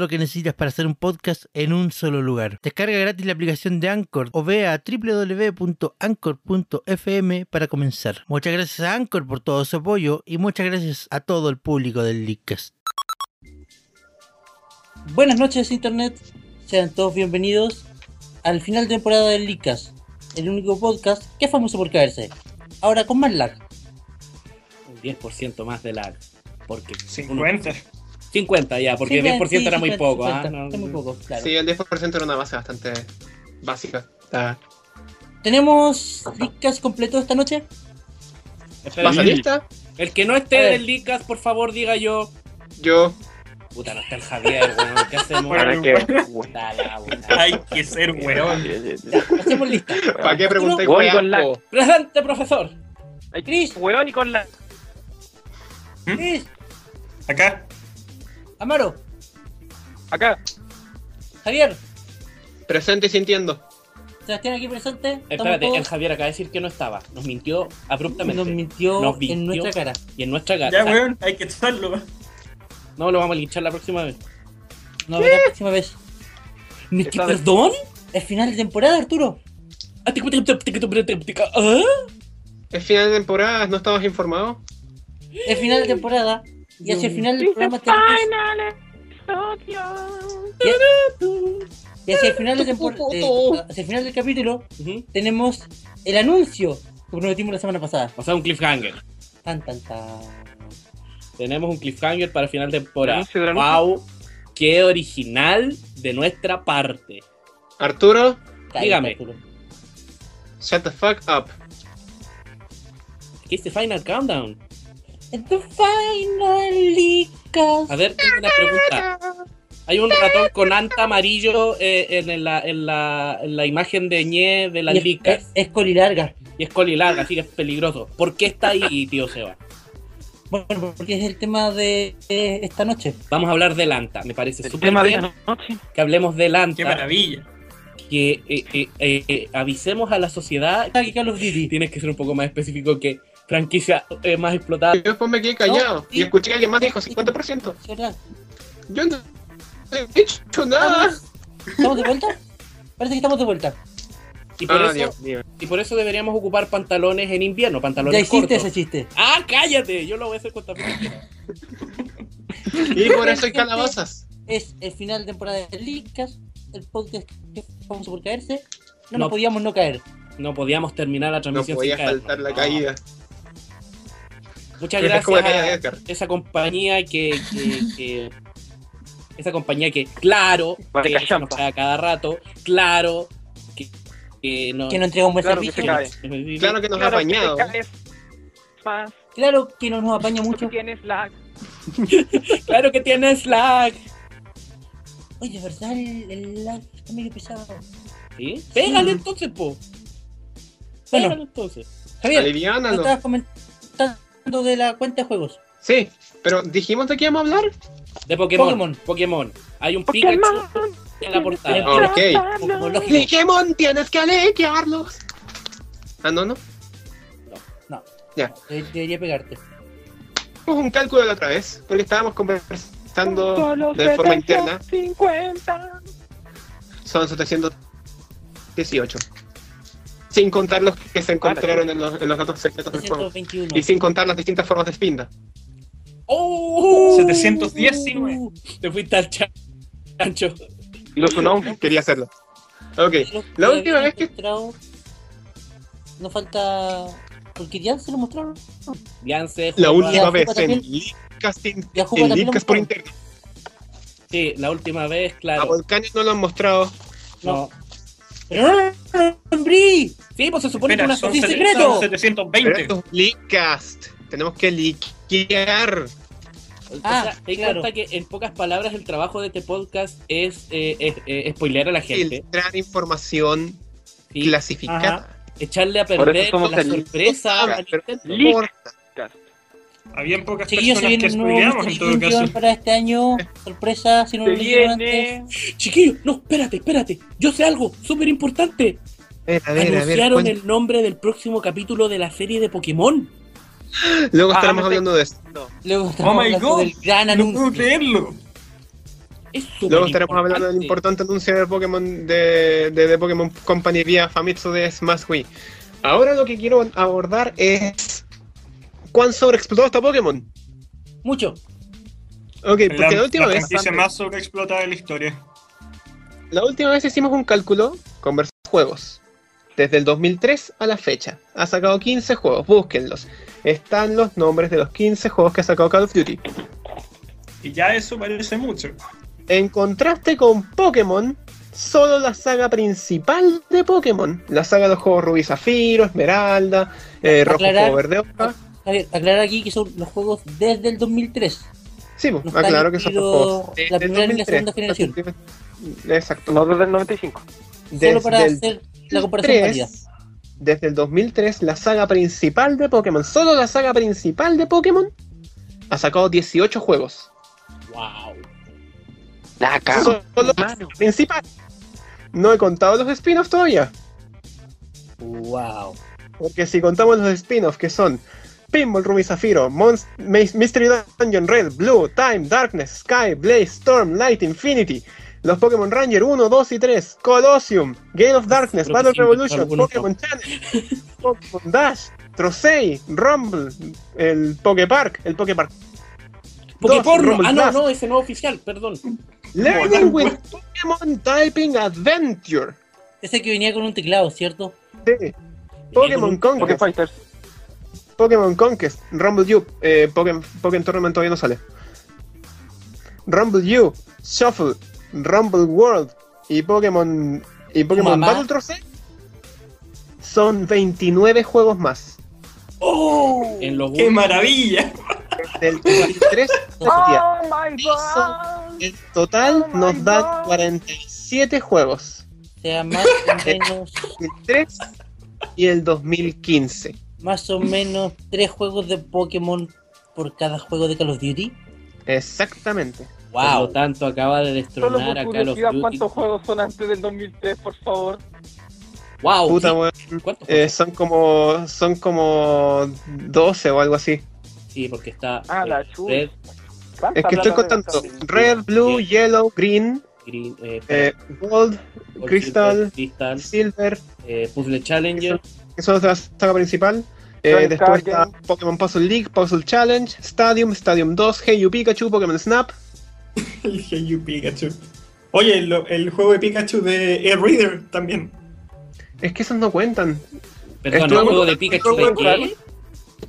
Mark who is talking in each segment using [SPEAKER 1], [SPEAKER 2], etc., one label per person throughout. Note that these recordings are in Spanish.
[SPEAKER 1] lo que necesitas para hacer un podcast en un solo lugar. Descarga gratis la aplicación de Anchor o ve a www.anchor.fm para comenzar. Muchas gracias a Anchor por todo su apoyo y muchas gracias a todo el público del Leadcast.
[SPEAKER 2] Buenas noches Internet, sean todos bienvenidos al final de temporada del Licas, el único podcast que es famoso por caerse. Ahora con más lag,
[SPEAKER 3] un 10% más de lag. Porque uno-
[SPEAKER 4] 50.
[SPEAKER 3] 50 ya, porque
[SPEAKER 2] 50,
[SPEAKER 3] 10% era
[SPEAKER 2] sí,
[SPEAKER 3] muy
[SPEAKER 2] 50,
[SPEAKER 3] poco.
[SPEAKER 2] 50,
[SPEAKER 3] ah, no,
[SPEAKER 2] es muy poco, claro.
[SPEAKER 4] Sí, el 10% era una base bastante básica. Está-
[SPEAKER 2] ¿Tenemos Licas completo esta noche?
[SPEAKER 4] ¿Pasa lista?
[SPEAKER 3] El que no esté
[SPEAKER 2] A ver.
[SPEAKER 3] del Licas, por favor, diga yo.
[SPEAKER 4] Yo.
[SPEAKER 3] Puta, no está el Javier, weón. ¿Qué hacemos?
[SPEAKER 4] Bueno,
[SPEAKER 5] ¿Para qué? Weón,
[SPEAKER 3] Puta la, weón.
[SPEAKER 6] Hay que ser weón.
[SPEAKER 2] Hacemos lista.
[SPEAKER 4] ¿Para qué pregunté
[SPEAKER 5] Voy
[SPEAKER 4] weá,
[SPEAKER 5] con la-
[SPEAKER 4] po?
[SPEAKER 3] Presente, profesor.
[SPEAKER 5] Hay Chris, weón y con la.
[SPEAKER 2] Chris,
[SPEAKER 6] Acá,
[SPEAKER 2] Amaro,
[SPEAKER 5] Acá.
[SPEAKER 2] Javier,
[SPEAKER 4] Presente y sintiendo.
[SPEAKER 2] Sebastián aquí presente. estamos
[SPEAKER 3] Espérate,
[SPEAKER 2] todos.
[SPEAKER 3] el Javier acaba de decir que no estaba. Nos mintió abruptamente.
[SPEAKER 2] Nos mintió
[SPEAKER 3] Nos
[SPEAKER 2] en
[SPEAKER 3] mintió.
[SPEAKER 2] nuestra cara.
[SPEAKER 3] Y en nuestra cara.
[SPEAKER 6] ya weón, hay que echarlo.
[SPEAKER 3] No lo vamos a linchar la próxima vez.
[SPEAKER 2] No habrá próxima vez. ¿Me
[SPEAKER 5] Esta vez-
[SPEAKER 2] perdón? Es final de temporada, Arturo.
[SPEAKER 3] Ah, tic, tic, tic, tic, tic, tic, tic, ¿ah?
[SPEAKER 4] Es final de temporada, no estabas informado.
[SPEAKER 2] Es final de temporada. Y hacia el final del programa tenemos. Y hacia el final del tempor- eh, hacia el final del capítulo
[SPEAKER 3] Ujú.
[SPEAKER 2] tenemos el anuncio que prometimos la semana pasada.
[SPEAKER 3] O sea, un cliffhanger.
[SPEAKER 2] Tan tan tan.
[SPEAKER 3] Tenemos un cliffhanger para final de temporada.
[SPEAKER 5] Anuncio, anuncio.
[SPEAKER 3] ¡Wow! ¡Qué original de nuestra parte!
[SPEAKER 4] Arturo,
[SPEAKER 2] Cállate,
[SPEAKER 3] Dígame.
[SPEAKER 2] Arturo.
[SPEAKER 4] shut the fuck up.
[SPEAKER 3] ¿Qué es este Final Countdown?
[SPEAKER 2] En tu final Licas.
[SPEAKER 3] A ver, tengo una pregunta. Hay un ratón con anta amarillo eh, en, en la, en, la, en la imagen de ñe de las
[SPEAKER 2] Y es-
[SPEAKER 3] licas.
[SPEAKER 2] Es, es colilarga.
[SPEAKER 3] Y es colilarga, así que es peligroso. ¿Por qué está ahí, tío Seba?
[SPEAKER 2] Bueno, porque es el tema de eh, esta noche.
[SPEAKER 3] Vamos a hablar del anta. Me parece
[SPEAKER 5] El
[SPEAKER 3] súper
[SPEAKER 5] tema de
[SPEAKER 3] bien
[SPEAKER 5] la noche.
[SPEAKER 3] que hablemos del
[SPEAKER 6] Qué
[SPEAKER 3] anta.
[SPEAKER 6] maravilla.
[SPEAKER 3] Que eh, eh, eh, eh, avisemos a la sociedad.
[SPEAKER 2] Aquí Call of Duty.
[SPEAKER 3] Tienes que ser un poco más específico que franquicia eh, más explotada.
[SPEAKER 4] Yo después me quedé callado
[SPEAKER 2] No, sí.
[SPEAKER 4] y escuché que alguien más dijo 50%.
[SPEAKER 2] Sí, ¿verdad?
[SPEAKER 4] Yo no he dicho nada.
[SPEAKER 2] ¿Estamos estamos de vuelta? Parece que estamos de vuelta.
[SPEAKER 3] Y por,
[SPEAKER 4] Ah,
[SPEAKER 3] eso,
[SPEAKER 4] Dios mío.
[SPEAKER 3] y por eso deberíamos ocupar pantalones en invierno,
[SPEAKER 2] Ya
[SPEAKER 3] pantalones
[SPEAKER 2] hiciste
[SPEAKER 3] cortos.
[SPEAKER 2] ese chiste.
[SPEAKER 3] ¡Ah, cállate! Yo lo voy a hacer con tapete.
[SPEAKER 4] Y por eso hay calabazas.
[SPEAKER 2] Es el final de temporada de Licas, el podcast que vamos por caerse. No,
[SPEAKER 3] No.
[SPEAKER 2] nos podíamos no caer.
[SPEAKER 3] No podíamos terminar la
[SPEAKER 4] No
[SPEAKER 3] transmisión
[SPEAKER 4] podía
[SPEAKER 3] sin caernos.
[SPEAKER 4] faltar la
[SPEAKER 3] No.
[SPEAKER 4] caída.
[SPEAKER 3] Muchas
[SPEAKER 4] Es como la caída de este.
[SPEAKER 3] gracias a
[SPEAKER 4] Edgar.
[SPEAKER 3] esa compañía que... que- que- esa compañía que, claro,
[SPEAKER 5] Vale,
[SPEAKER 3] que
[SPEAKER 5] cachampa.
[SPEAKER 3] nos cae a cada rato, claro, que, que no...
[SPEAKER 2] Que no entrega un buen
[SPEAKER 5] Claro que
[SPEAKER 2] servicio.
[SPEAKER 5] se cae.
[SPEAKER 4] Claro que nos ha
[SPEAKER 5] Claro,
[SPEAKER 4] apañado.
[SPEAKER 5] te caes Más,
[SPEAKER 2] Claro que no nos apaña mucho.
[SPEAKER 5] tú tienes la.
[SPEAKER 3] Claro que tiene Slack.
[SPEAKER 2] Oye, de verdad, el, el lag está medio pesado.
[SPEAKER 3] ¿Sí? Pégale entonces, po.
[SPEAKER 2] Mm.
[SPEAKER 3] Pégale
[SPEAKER 2] Bueno,
[SPEAKER 3] entonces.
[SPEAKER 2] Javier, tú
[SPEAKER 4] Aliviánalo.
[SPEAKER 2] estabas comentando de la cuenta de juegos.
[SPEAKER 4] Sí, pero dijimos de qué íbamos a hablar.
[SPEAKER 3] De Pokémon.
[SPEAKER 2] Pokémon.
[SPEAKER 3] Pokémon. Hay un Pikachu en la portada.
[SPEAKER 2] Ah,
[SPEAKER 4] Ok.
[SPEAKER 2] Como lógico.
[SPEAKER 4] Digimon, tienes que alegrarlos. Ah, no, no.
[SPEAKER 2] de- Eh, Debería pegarte.
[SPEAKER 4] Hicimos un cálculo la otra vez, porque estábamos conversando de forma interna.
[SPEAKER 5] 50.
[SPEAKER 4] Son 718. Sin contar los que se encontraron en los, en los datos secretos del juego.
[SPEAKER 2] 721.
[SPEAKER 4] Y sin contar las distintas formas de espinda.
[SPEAKER 3] ¡Oh!
[SPEAKER 2] Uh,
[SPEAKER 6] 719.
[SPEAKER 3] Te fuiste al cha- chancho.
[SPEAKER 4] Lo sonó, quería hacerlo. Ok,
[SPEAKER 2] Los
[SPEAKER 4] La última
[SPEAKER 2] habían
[SPEAKER 4] vez que-
[SPEAKER 2] mostrado, No falta. Porque ya se lo mostraron.
[SPEAKER 3] Yance,
[SPEAKER 4] la última
[SPEAKER 2] Yakuba
[SPEAKER 4] vez en
[SPEAKER 2] también.
[SPEAKER 4] Leadcasting,
[SPEAKER 2] Yakuba
[SPEAKER 4] en
[SPEAKER 2] también
[SPEAKER 4] Leadcast por
[SPEAKER 2] mostraron.
[SPEAKER 4] internet.
[SPEAKER 3] Sí, la última vez,
[SPEAKER 4] A
[SPEAKER 3] claro.
[SPEAKER 4] Volcania no lo han mostrado.
[SPEAKER 3] No.
[SPEAKER 2] Pero no lo nombré.
[SPEAKER 3] Sí, pues se supone que
[SPEAKER 6] Espera,
[SPEAKER 3] una
[SPEAKER 6] son,
[SPEAKER 3] sí,
[SPEAKER 6] sete-
[SPEAKER 3] secreto.
[SPEAKER 6] son
[SPEAKER 4] Pero
[SPEAKER 6] 720.
[SPEAKER 4] esto es un leakcast. Tenemos que liquear.
[SPEAKER 2] Ah,
[SPEAKER 3] o sea, ten
[SPEAKER 2] claro.
[SPEAKER 3] cuenta que en pocas palabras el trabajo de este podcast es, eh, es, eh, spoilear a la gente.
[SPEAKER 4] filtrar información
[SPEAKER 3] Sí.
[SPEAKER 4] clasificada.
[SPEAKER 3] Echarle a
[SPEAKER 7] eso
[SPEAKER 3] perder
[SPEAKER 7] somos
[SPEAKER 3] la
[SPEAKER 7] el-
[SPEAKER 3] sorpresa. al
[SPEAKER 4] Pero-
[SPEAKER 3] intento.
[SPEAKER 4] No importa.
[SPEAKER 6] Habían pocas
[SPEAKER 2] Chiquillos, se viene
[SPEAKER 6] personas que
[SPEAKER 2] un nuevo
[SPEAKER 6] spoileamos
[SPEAKER 2] Mystery
[SPEAKER 6] en todo
[SPEAKER 2] Dungeon
[SPEAKER 6] caso.
[SPEAKER 2] para este año. Sorpresa, si no
[SPEAKER 5] Se
[SPEAKER 2] lo leyeron antes.
[SPEAKER 5] viene.
[SPEAKER 3] Chiquillo, no, espérate, espérate. Yo sé algo súper importante.
[SPEAKER 4] A ver, a ver, a ver.
[SPEAKER 3] Anunciaron
[SPEAKER 4] cuént-
[SPEAKER 3] el nombre del próximo capítulo de la serie de Pokémon.
[SPEAKER 4] Luego
[SPEAKER 7] Ah,
[SPEAKER 4] estaremos
[SPEAKER 7] no sé.
[SPEAKER 4] hablando de eso.
[SPEAKER 2] Luego estamos
[SPEAKER 6] my
[SPEAKER 2] hablando
[SPEAKER 6] God.
[SPEAKER 2] del gran
[SPEAKER 6] No puedo
[SPEAKER 2] anuncio.
[SPEAKER 6] creerlo.
[SPEAKER 3] Es
[SPEAKER 4] Luego
[SPEAKER 3] súper
[SPEAKER 4] estaremos hablando del
[SPEAKER 3] importante.
[SPEAKER 4] importante anuncio de Pokémon de, de, de Pokémon Company vía Famitsu de Smash Wii. Ahora lo que quiero abordar es cuán sobreexplotado está Pokémon.
[SPEAKER 2] Mucho.
[SPEAKER 4] Ok,
[SPEAKER 6] La,
[SPEAKER 4] porque la última
[SPEAKER 6] la
[SPEAKER 4] vez
[SPEAKER 6] franquicia más sobreexplotada de la historia.
[SPEAKER 4] la última vez hicimos un cálculo con versus juegos. Desde el 2003 a la fecha. Ha sacado 15 juegos, búsquenlos. Están los nombres de los 15 juegos que ha sacado Call of Duty.
[SPEAKER 6] Y ya eso parece mucho.
[SPEAKER 4] En contraste con Pokémon, solo la saga principal de Pokémon, la saga de los juegos Rubí Zafiro, Esmeralda, eh, Rojo
[SPEAKER 2] Aclarar.
[SPEAKER 4] Fuego Verde Hoja.
[SPEAKER 2] Javier, aclarar aquí que son los jujuegos desde el 2003.
[SPEAKER 4] Sí,
[SPEAKER 2] No
[SPEAKER 4] pues,
[SPEAKER 2] está
[SPEAKER 4] aclaro que son los
[SPEAKER 2] incluido
[SPEAKER 4] juegos.
[SPEAKER 2] la primera y
[SPEAKER 4] del
[SPEAKER 2] la
[SPEAKER 4] 2003.
[SPEAKER 2] segunda generación.
[SPEAKER 4] Exacto.
[SPEAKER 7] No desde el 95.
[SPEAKER 4] Desde
[SPEAKER 2] Solo para
[SPEAKER 4] el
[SPEAKER 2] hacer la comparación
[SPEAKER 4] 2003,
[SPEAKER 2] válida.
[SPEAKER 4] Desde el 2003, la saga principal de Pokémon, solo la saga principal de Pokémon, ha sacado 18 juegos.
[SPEAKER 3] Wow.
[SPEAKER 7] La cago.
[SPEAKER 4] Solo la
[SPEAKER 7] Mano.
[SPEAKER 4] principal. No he contado los spin-offs todavía.
[SPEAKER 2] Wow.
[SPEAKER 4] Porque si contamos los spin-offs que son Pinball, Ruby Zafiro, Monst- Maze- Mystery Dungeon, Red, Blue, Time, Darkness, Sky, Blaze, Storm, Light, Infinity, los Pokémon Ranger 1, 2 y 3, Colosseum, Game of Darkness,
[SPEAKER 3] Creo que
[SPEAKER 4] Battle
[SPEAKER 3] sí,
[SPEAKER 4] Revolution,
[SPEAKER 3] algunos
[SPEAKER 4] Pokémon Channel, Pokémon Dash, Trocei, Rumble, el Poképark, el Poképark, Dos,
[SPEAKER 3] Poképorno.
[SPEAKER 4] Rumble
[SPEAKER 3] Ah, no,
[SPEAKER 4] Blast.
[SPEAKER 3] no, ese nuevo oficial, perdón.
[SPEAKER 4] Learning
[SPEAKER 6] Bueno,
[SPEAKER 4] with
[SPEAKER 3] pues.
[SPEAKER 4] Pokémon Typing Adventure,
[SPEAKER 2] Ese que venía con un teclado, ¿cierto?
[SPEAKER 4] de Pokémon
[SPEAKER 7] Porque
[SPEAKER 4] Conquest,
[SPEAKER 7] Fighters.
[SPEAKER 4] Pokémon Conquest, Rumble U, eh, Pokémon, Pokémon Tournament todavía no sale. Rumble U, Shuffle, Rumble World y Pokémon y Pokémon
[SPEAKER 2] Mamá.
[SPEAKER 4] Battle Trocé son 29 juegos más.
[SPEAKER 6] ¡Oh!
[SPEAKER 3] En los
[SPEAKER 6] ¡Qué maravilla!
[SPEAKER 4] Del 23 día.
[SPEAKER 5] Oh my god.
[SPEAKER 4] En total
[SPEAKER 5] Oh my
[SPEAKER 4] nos dan
[SPEAKER 5] God.
[SPEAKER 4] 47 juegos.
[SPEAKER 2] O sea, más o menos,
[SPEAKER 4] El 3 y el 2015.
[SPEAKER 2] más o menos tres juegos de Pokémon por cada juego de Call of Duty.
[SPEAKER 4] Exactamente.
[SPEAKER 3] Por lo
[SPEAKER 2] Wow.
[SPEAKER 3] tanto, acaba de destronar
[SPEAKER 5] Solo por
[SPEAKER 3] a Call of
[SPEAKER 5] curiosidad,
[SPEAKER 3] Duty.
[SPEAKER 5] ¿cuántos juegos son antes del 2003, por favor? Oh,
[SPEAKER 3] Wow.
[SPEAKER 4] Puta
[SPEAKER 3] sí.
[SPEAKER 4] weón.
[SPEAKER 3] ¿Cuántos
[SPEAKER 4] Eh,
[SPEAKER 3] juegos?
[SPEAKER 4] son como son como 12 o algo así.
[SPEAKER 3] Sí, porque está
[SPEAKER 5] Ah,
[SPEAKER 3] eh,
[SPEAKER 5] la chucha.
[SPEAKER 3] Red,
[SPEAKER 5] ¿Cuánta
[SPEAKER 4] Es que estoy
[SPEAKER 5] plata debe
[SPEAKER 4] contando
[SPEAKER 5] estar en-
[SPEAKER 4] red, blue,
[SPEAKER 3] Bien.
[SPEAKER 4] yellow, green,
[SPEAKER 3] Green, eh,
[SPEAKER 4] eh, gold,
[SPEAKER 3] Gold
[SPEAKER 4] Crystal,
[SPEAKER 3] Silver, Crystal,
[SPEAKER 4] silver,
[SPEAKER 3] eh, Puzzle Challenger,
[SPEAKER 4] que son los de la saga principal. Eh,
[SPEAKER 5] Sonic
[SPEAKER 4] después está
[SPEAKER 5] Target.
[SPEAKER 4] Pokémon Puzzle League, Puzzle Challenge, Stadium, Stadium 2, Hey You Pikachu, Pokémon Snap.
[SPEAKER 6] El Hey You Pikachu. Oye, el, el juego de Pikachu de Air Reader también.
[SPEAKER 4] Es que esos no cuentan.
[SPEAKER 3] perdón,
[SPEAKER 4] Estuve
[SPEAKER 3] el juego de
[SPEAKER 4] buscando-
[SPEAKER 3] Pikachu
[SPEAKER 4] estuve
[SPEAKER 3] de qué?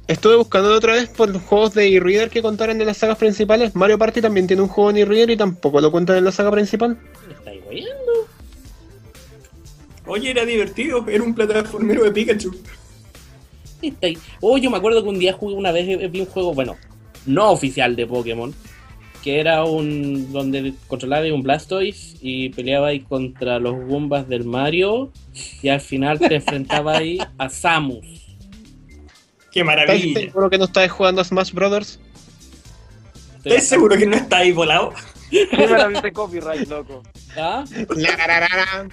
[SPEAKER 4] Estuve buscando otra vez por los juegos de e-reader que contaran de las sagas principales. Mario Party también tiene un juego en e-reader y tampoco lo cuentan en la saga principal.
[SPEAKER 3] ¿Me estáis weyando?
[SPEAKER 6] Oye, era divertido, era un plataformero de Pikachu.
[SPEAKER 3] ¿Me estáis- Oh, yo me acuerdo que un día jugué una vez, eh, vi un juego, bueno, no oficial de Pokémon, que era un. donde controlaba un Blastoise y peleaba ahí contra los Goombas del Mario y al final te enfrentaba ahí a Samus.
[SPEAKER 6] ¡Qué
[SPEAKER 4] ¿Estáis
[SPEAKER 6] maravilla!
[SPEAKER 4] seguro que no estáis jugando a Smash Brothers?
[SPEAKER 3] Estoy
[SPEAKER 6] ¿Estás seguro que no está ahí volado?
[SPEAKER 5] Sí, me la viste copyright, loco.
[SPEAKER 3] ¿Ah?
[SPEAKER 4] Larararara.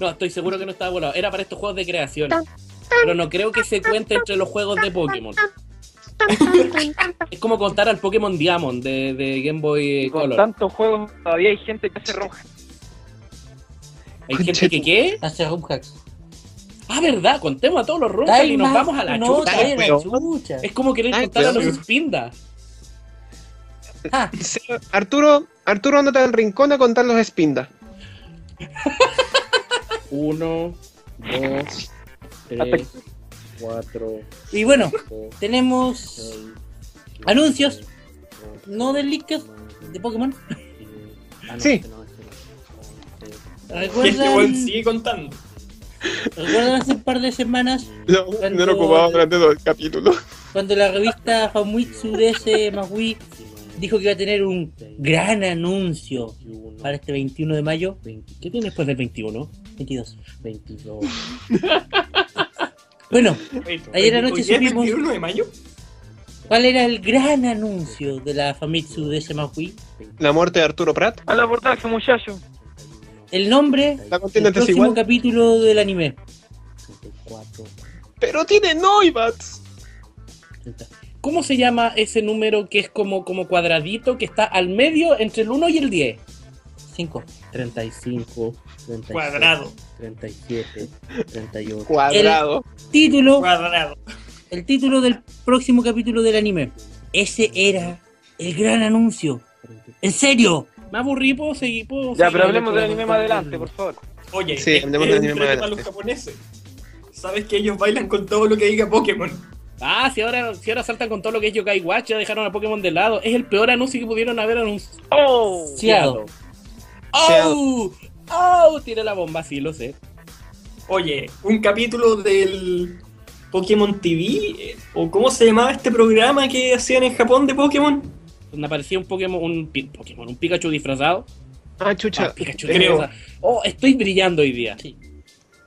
[SPEAKER 3] No, estoy seguro que no estaba volado. Era para estos juegos de creación. Pero no creo que se cuente entre los juegos de Pokémon. Es como contar al Pokémon Diamond de, de Game Boy
[SPEAKER 5] Con
[SPEAKER 3] Color.
[SPEAKER 5] tantos juegos todavía hay gente que hace roja.
[SPEAKER 3] Hay gente que qué?
[SPEAKER 2] Hace romhacks.
[SPEAKER 3] Ah, verdad, contemos a todos los roncas y nos
[SPEAKER 2] Dai,
[SPEAKER 3] vamos a la
[SPEAKER 2] no,
[SPEAKER 3] chucha.
[SPEAKER 2] dai, la
[SPEAKER 4] weón.
[SPEAKER 2] chucha.
[SPEAKER 3] Es como querer
[SPEAKER 4] Ay,
[SPEAKER 3] contar a los
[SPEAKER 4] weón.
[SPEAKER 3] Spinda.
[SPEAKER 2] Ah,
[SPEAKER 4] Sí, Arturo, Arturo anda al rincón a contar los espindas.
[SPEAKER 3] Uno, dos, tres, cuatro,
[SPEAKER 2] y bueno,
[SPEAKER 3] cinco,
[SPEAKER 2] tenemos
[SPEAKER 3] seis.
[SPEAKER 2] Anuncios.
[SPEAKER 3] siete, ocho,
[SPEAKER 2] no del Lickers de Pokémon.
[SPEAKER 3] Ah, no,
[SPEAKER 4] Sí.
[SPEAKER 3] este no, este no.
[SPEAKER 6] Y este
[SPEAKER 2] Recuerdan
[SPEAKER 6] weón sigue contando.
[SPEAKER 2] Recuerdo hace un par de semanas
[SPEAKER 4] No, no lo ocupaba durante todo el capítulo.
[SPEAKER 2] cuando la revista Famitsu DS Magui dijo que iba a tener un gran anuncio para este 21 de mayo.
[SPEAKER 3] ¿Qué tiene después del 21?
[SPEAKER 2] 22.
[SPEAKER 3] 22.
[SPEAKER 2] Bueno, Ayer anoche
[SPEAKER 6] Hoy día es
[SPEAKER 2] supimos-
[SPEAKER 6] 21 de mayo?
[SPEAKER 2] ¿cuál era el gran anuncio de la Famitsu DS Magui?
[SPEAKER 4] La muerte de Arturo Prat.
[SPEAKER 5] A la portada ese muchacho.
[SPEAKER 2] El nombre
[SPEAKER 4] La
[SPEAKER 2] del
[SPEAKER 4] contienda es
[SPEAKER 2] próximo
[SPEAKER 4] igual.
[SPEAKER 2] capítulo del anime.
[SPEAKER 4] Pero tiene Noibats.
[SPEAKER 3] ¿Cómo se llama ese número que es como, como cuadradito que está al medio entre el 1 y el 10?
[SPEAKER 2] 5.
[SPEAKER 3] 35, 36,
[SPEAKER 6] Cuadrado.
[SPEAKER 3] 37, 38.
[SPEAKER 4] Cuadrado.
[SPEAKER 2] Título
[SPEAKER 6] Cuadrado.
[SPEAKER 2] El título del próximo capítulo del anime. Ese era el gran anuncio. ¿En serio?
[SPEAKER 3] Me aburrí, puedo seguir, puedo
[SPEAKER 5] Ya,
[SPEAKER 3] seguir
[SPEAKER 5] pero hablemos
[SPEAKER 3] con
[SPEAKER 5] del
[SPEAKER 3] la-
[SPEAKER 5] anime más adelante, por favor.
[SPEAKER 6] Oye,
[SPEAKER 4] Sí,
[SPEAKER 6] es,
[SPEAKER 4] hablemos
[SPEAKER 6] es
[SPEAKER 4] del
[SPEAKER 6] un
[SPEAKER 4] anime
[SPEAKER 6] reto
[SPEAKER 4] más
[SPEAKER 6] para los
[SPEAKER 4] adelante.
[SPEAKER 6] japoneses. Sabes que ellos bailan con todo lo que diga Pokémon.
[SPEAKER 3] Ah, si ahora, si ahora saltan con todo lo que es Yokai Watch, ya dejaron a Pokémon de lado. Es el peor anuncio que pudieron haber anunciado.
[SPEAKER 5] ¡Oh!
[SPEAKER 2] Ciado.
[SPEAKER 3] ¡Oh! ¡Oh! Tiene la bomba, sí, lo sé.
[SPEAKER 6] Oye, un capítulo del Pokémon TV, eh, o cómo se llamaba este programa que hacían en Japón de Pokémon.
[SPEAKER 3] Donde aparecía un Pokémon, un pi- Pokémon, un Pikachu disfrazado.
[SPEAKER 4] Ah,
[SPEAKER 3] Ah,
[SPEAKER 4] chucha.
[SPEAKER 3] Pikachu
[SPEAKER 6] creo.
[SPEAKER 3] disfrazado. Oh, estoy brillando hoy día.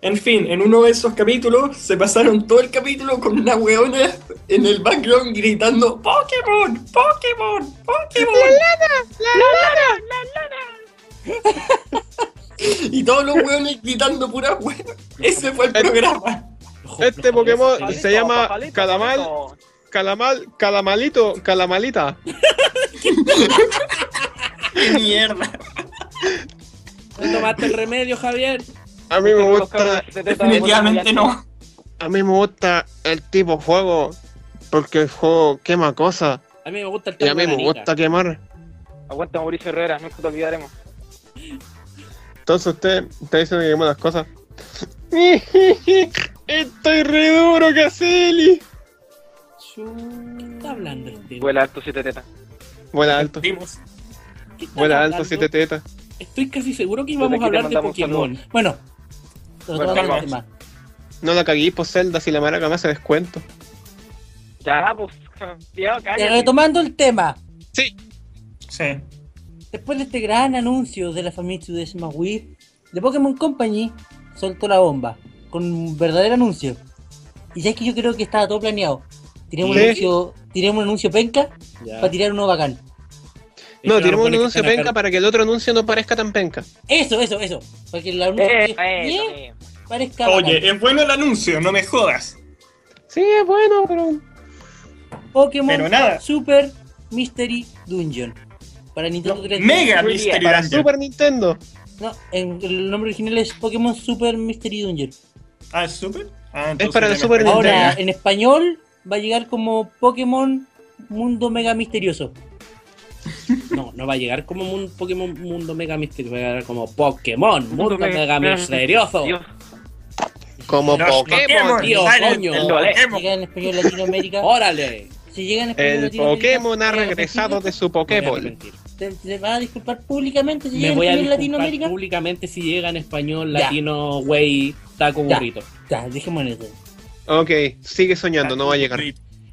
[SPEAKER 6] En fin, en uno de esos capítulos se pasaron todo el capítulo con una weona en el background gritando Pokémon, Pokémon, Pokémon. Y todos los weones gritando pura weona. Ese fue el programa.
[SPEAKER 4] Este Pokémon
[SPEAKER 5] Papalito,
[SPEAKER 4] se llama
[SPEAKER 5] papalito,
[SPEAKER 4] Calamal,
[SPEAKER 5] papalito.
[SPEAKER 4] Calamal, Calamalito, Calamalita.
[SPEAKER 6] ¡Qué mierda!
[SPEAKER 3] ¿No tomaste el remedio, Javier?
[SPEAKER 4] A mí me
[SPEAKER 5] Los
[SPEAKER 4] gusta,
[SPEAKER 5] cabros se tratan de
[SPEAKER 6] Definitivamente no.
[SPEAKER 4] a mí me gusta el tipo juego porque el juego quema cosas
[SPEAKER 3] A mí me gusta el
[SPEAKER 4] y a mí me
[SPEAKER 3] bananita.
[SPEAKER 4] gusta quemar.
[SPEAKER 5] Aguanta Mauricio Herrera, nunca te olvidaremos.
[SPEAKER 4] Entonces usted está diciendo que quema las cosas. Estoy re duro, Caselli.
[SPEAKER 3] Chu- ¿Qué está hablando este?
[SPEAKER 5] Vuela alto siete tetas.
[SPEAKER 4] Vuela alto,
[SPEAKER 6] Dimos.
[SPEAKER 3] ¿Qué está
[SPEAKER 4] vuela
[SPEAKER 3] hablando?
[SPEAKER 4] alto, siete tetas.
[SPEAKER 3] Estoy casi seguro que
[SPEAKER 5] Desde
[SPEAKER 3] íbamos
[SPEAKER 5] aquí
[SPEAKER 3] a hablar
[SPEAKER 5] te
[SPEAKER 3] de
[SPEAKER 5] mandamos
[SPEAKER 3] Pokémon.
[SPEAKER 2] Bueno,
[SPEAKER 5] Bueno,
[SPEAKER 2] retomando el
[SPEAKER 5] calma.
[SPEAKER 2] tema.
[SPEAKER 4] No la cagué por Zelda si la maraca me hace descuento.
[SPEAKER 5] Ya, pues, Santiago,
[SPEAKER 2] Eh,
[SPEAKER 5] cállate.
[SPEAKER 2] retomando el tema.
[SPEAKER 6] Sí.
[SPEAKER 2] Después de este gran anuncio de la Famitsu DS Magui, The Pokémon Company soltó la bomba con un verdadero anuncio. Y ya es que yo creo que estaba todo planeado. Tiremos un
[SPEAKER 4] Sí.
[SPEAKER 2] anuncio, tiremos un anuncio penca
[SPEAKER 3] Ya.
[SPEAKER 5] Ah.
[SPEAKER 2] para tirar uno bacán.
[SPEAKER 4] No,
[SPEAKER 3] Este
[SPEAKER 4] tiremos un
[SPEAKER 3] pone que
[SPEAKER 4] anuncio
[SPEAKER 3] están
[SPEAKER 4] penca
[SPEAKER 3] acá-
[SPEAKER 4] para que el otro anuncio no parezca tan penca.
[SPEAKER 2] Eso, eso, eso. Para que el anuncio
[SPEAKER 5] Eh,
[SPEAKER 2] que-
[SPEAKER 5] eh,
[SPEAKER 2] bien
[SPEAKER 5] eh.
[SPEAKER 2] parezca bacán.
[SPEAKER 6] Oye, es bueno el anuncio, no me jodas.
[SPEAKER 4] Sí, es bueno, pero
[SPEAKER 2] Pokémon
[SPEAKER 6] eh, Pero nada.
[SPEAKER 2] Super Mystery Dungeon. Para Nintendo 3.
[SPEAKER 6] Mega
[SPEAKER 5] Muy bien,
[SPEAKER 6] Mystery
[SPEAKER 4] para
[SPEAKER 6] Dungeon.
[SPEAKER 4] Super Nintendo.
[SPEAKER 2] No, en, el nombre original es Pokémon Super Mystery Dungeon.
[SPEAKER 6] Ah, ¿es Super? Ah,
[SPEAKER 4] Es
[SPEAKER 6] entonces
[SPEAKER 4] para el
[SPEAKER 6] ya me
[SPEAKER 4] Super
[SPEAKER 6] acordé.
[SPEAKER 2] Ahora, en español va a llegar como Pokémon Mundo Mega Misterioso.
[SPEAKER 3] No, no va a llegar como un Pokémon Mundo Mega Misterioso, va a llegar como Pokémon Mundo,
[SPEAKER 5] Mundo
[SPEAKER 3] Mega,
[SPEAKER 5] Mega-
[SPEAKER 3] Misterioso.
[SPEAKER 5] Dios,
[SPEAKER 4] Como
[SPEAKER 6] Los
[SPEAKER 4] Pokémon.
[SPEAKER 3] tío,
[SPEAKER 6] salen
[SPEAKER 3] coño.
[SPEAKER 6] del
[SPEAKER 5] El Dolé.
[SPEAKER 6] Pokémon. Oh.
[SPEAKER 2] Llega en español Latinoamérica.
[SPEAKER 3] ¡Órale!
[SPEAKER 2] Si llega en español
[SPEAKER 4] El
[SPEAKER 2] Latinoamérica,
[SPEAKER 4] Pokémon ha
[SPEAKER 2] eh,
[SPEAKER 4] regresado de su
[SPEAKER 3] Me voy a
[SPEAKER 4] Pokéball.
[SPEAKER 3] arrepentir.
[SPEAKER 2] Te, te vas a disculpar públicamente si llega
[SPEAKER 3] Me
[SPEAKER 2] en
[SPEAKER 3] voy a
[SPEAKER 2] español
[SPEAKER 3] disculpar
[SPEAKER 2] Latinoamérica.
[SPEAKER 3] públicamente si llega en español,
[SPEAKER 2] Ya.
[SPEAKER 3] latino, güey, taco,
[SPEAKER 2] Ya.
[SPEAKER 3] burrito.
[SPEAKER 2] Ya, dejemos en eso.
[SPEAKER 4] Ok, sigue soñando, no va a llegar.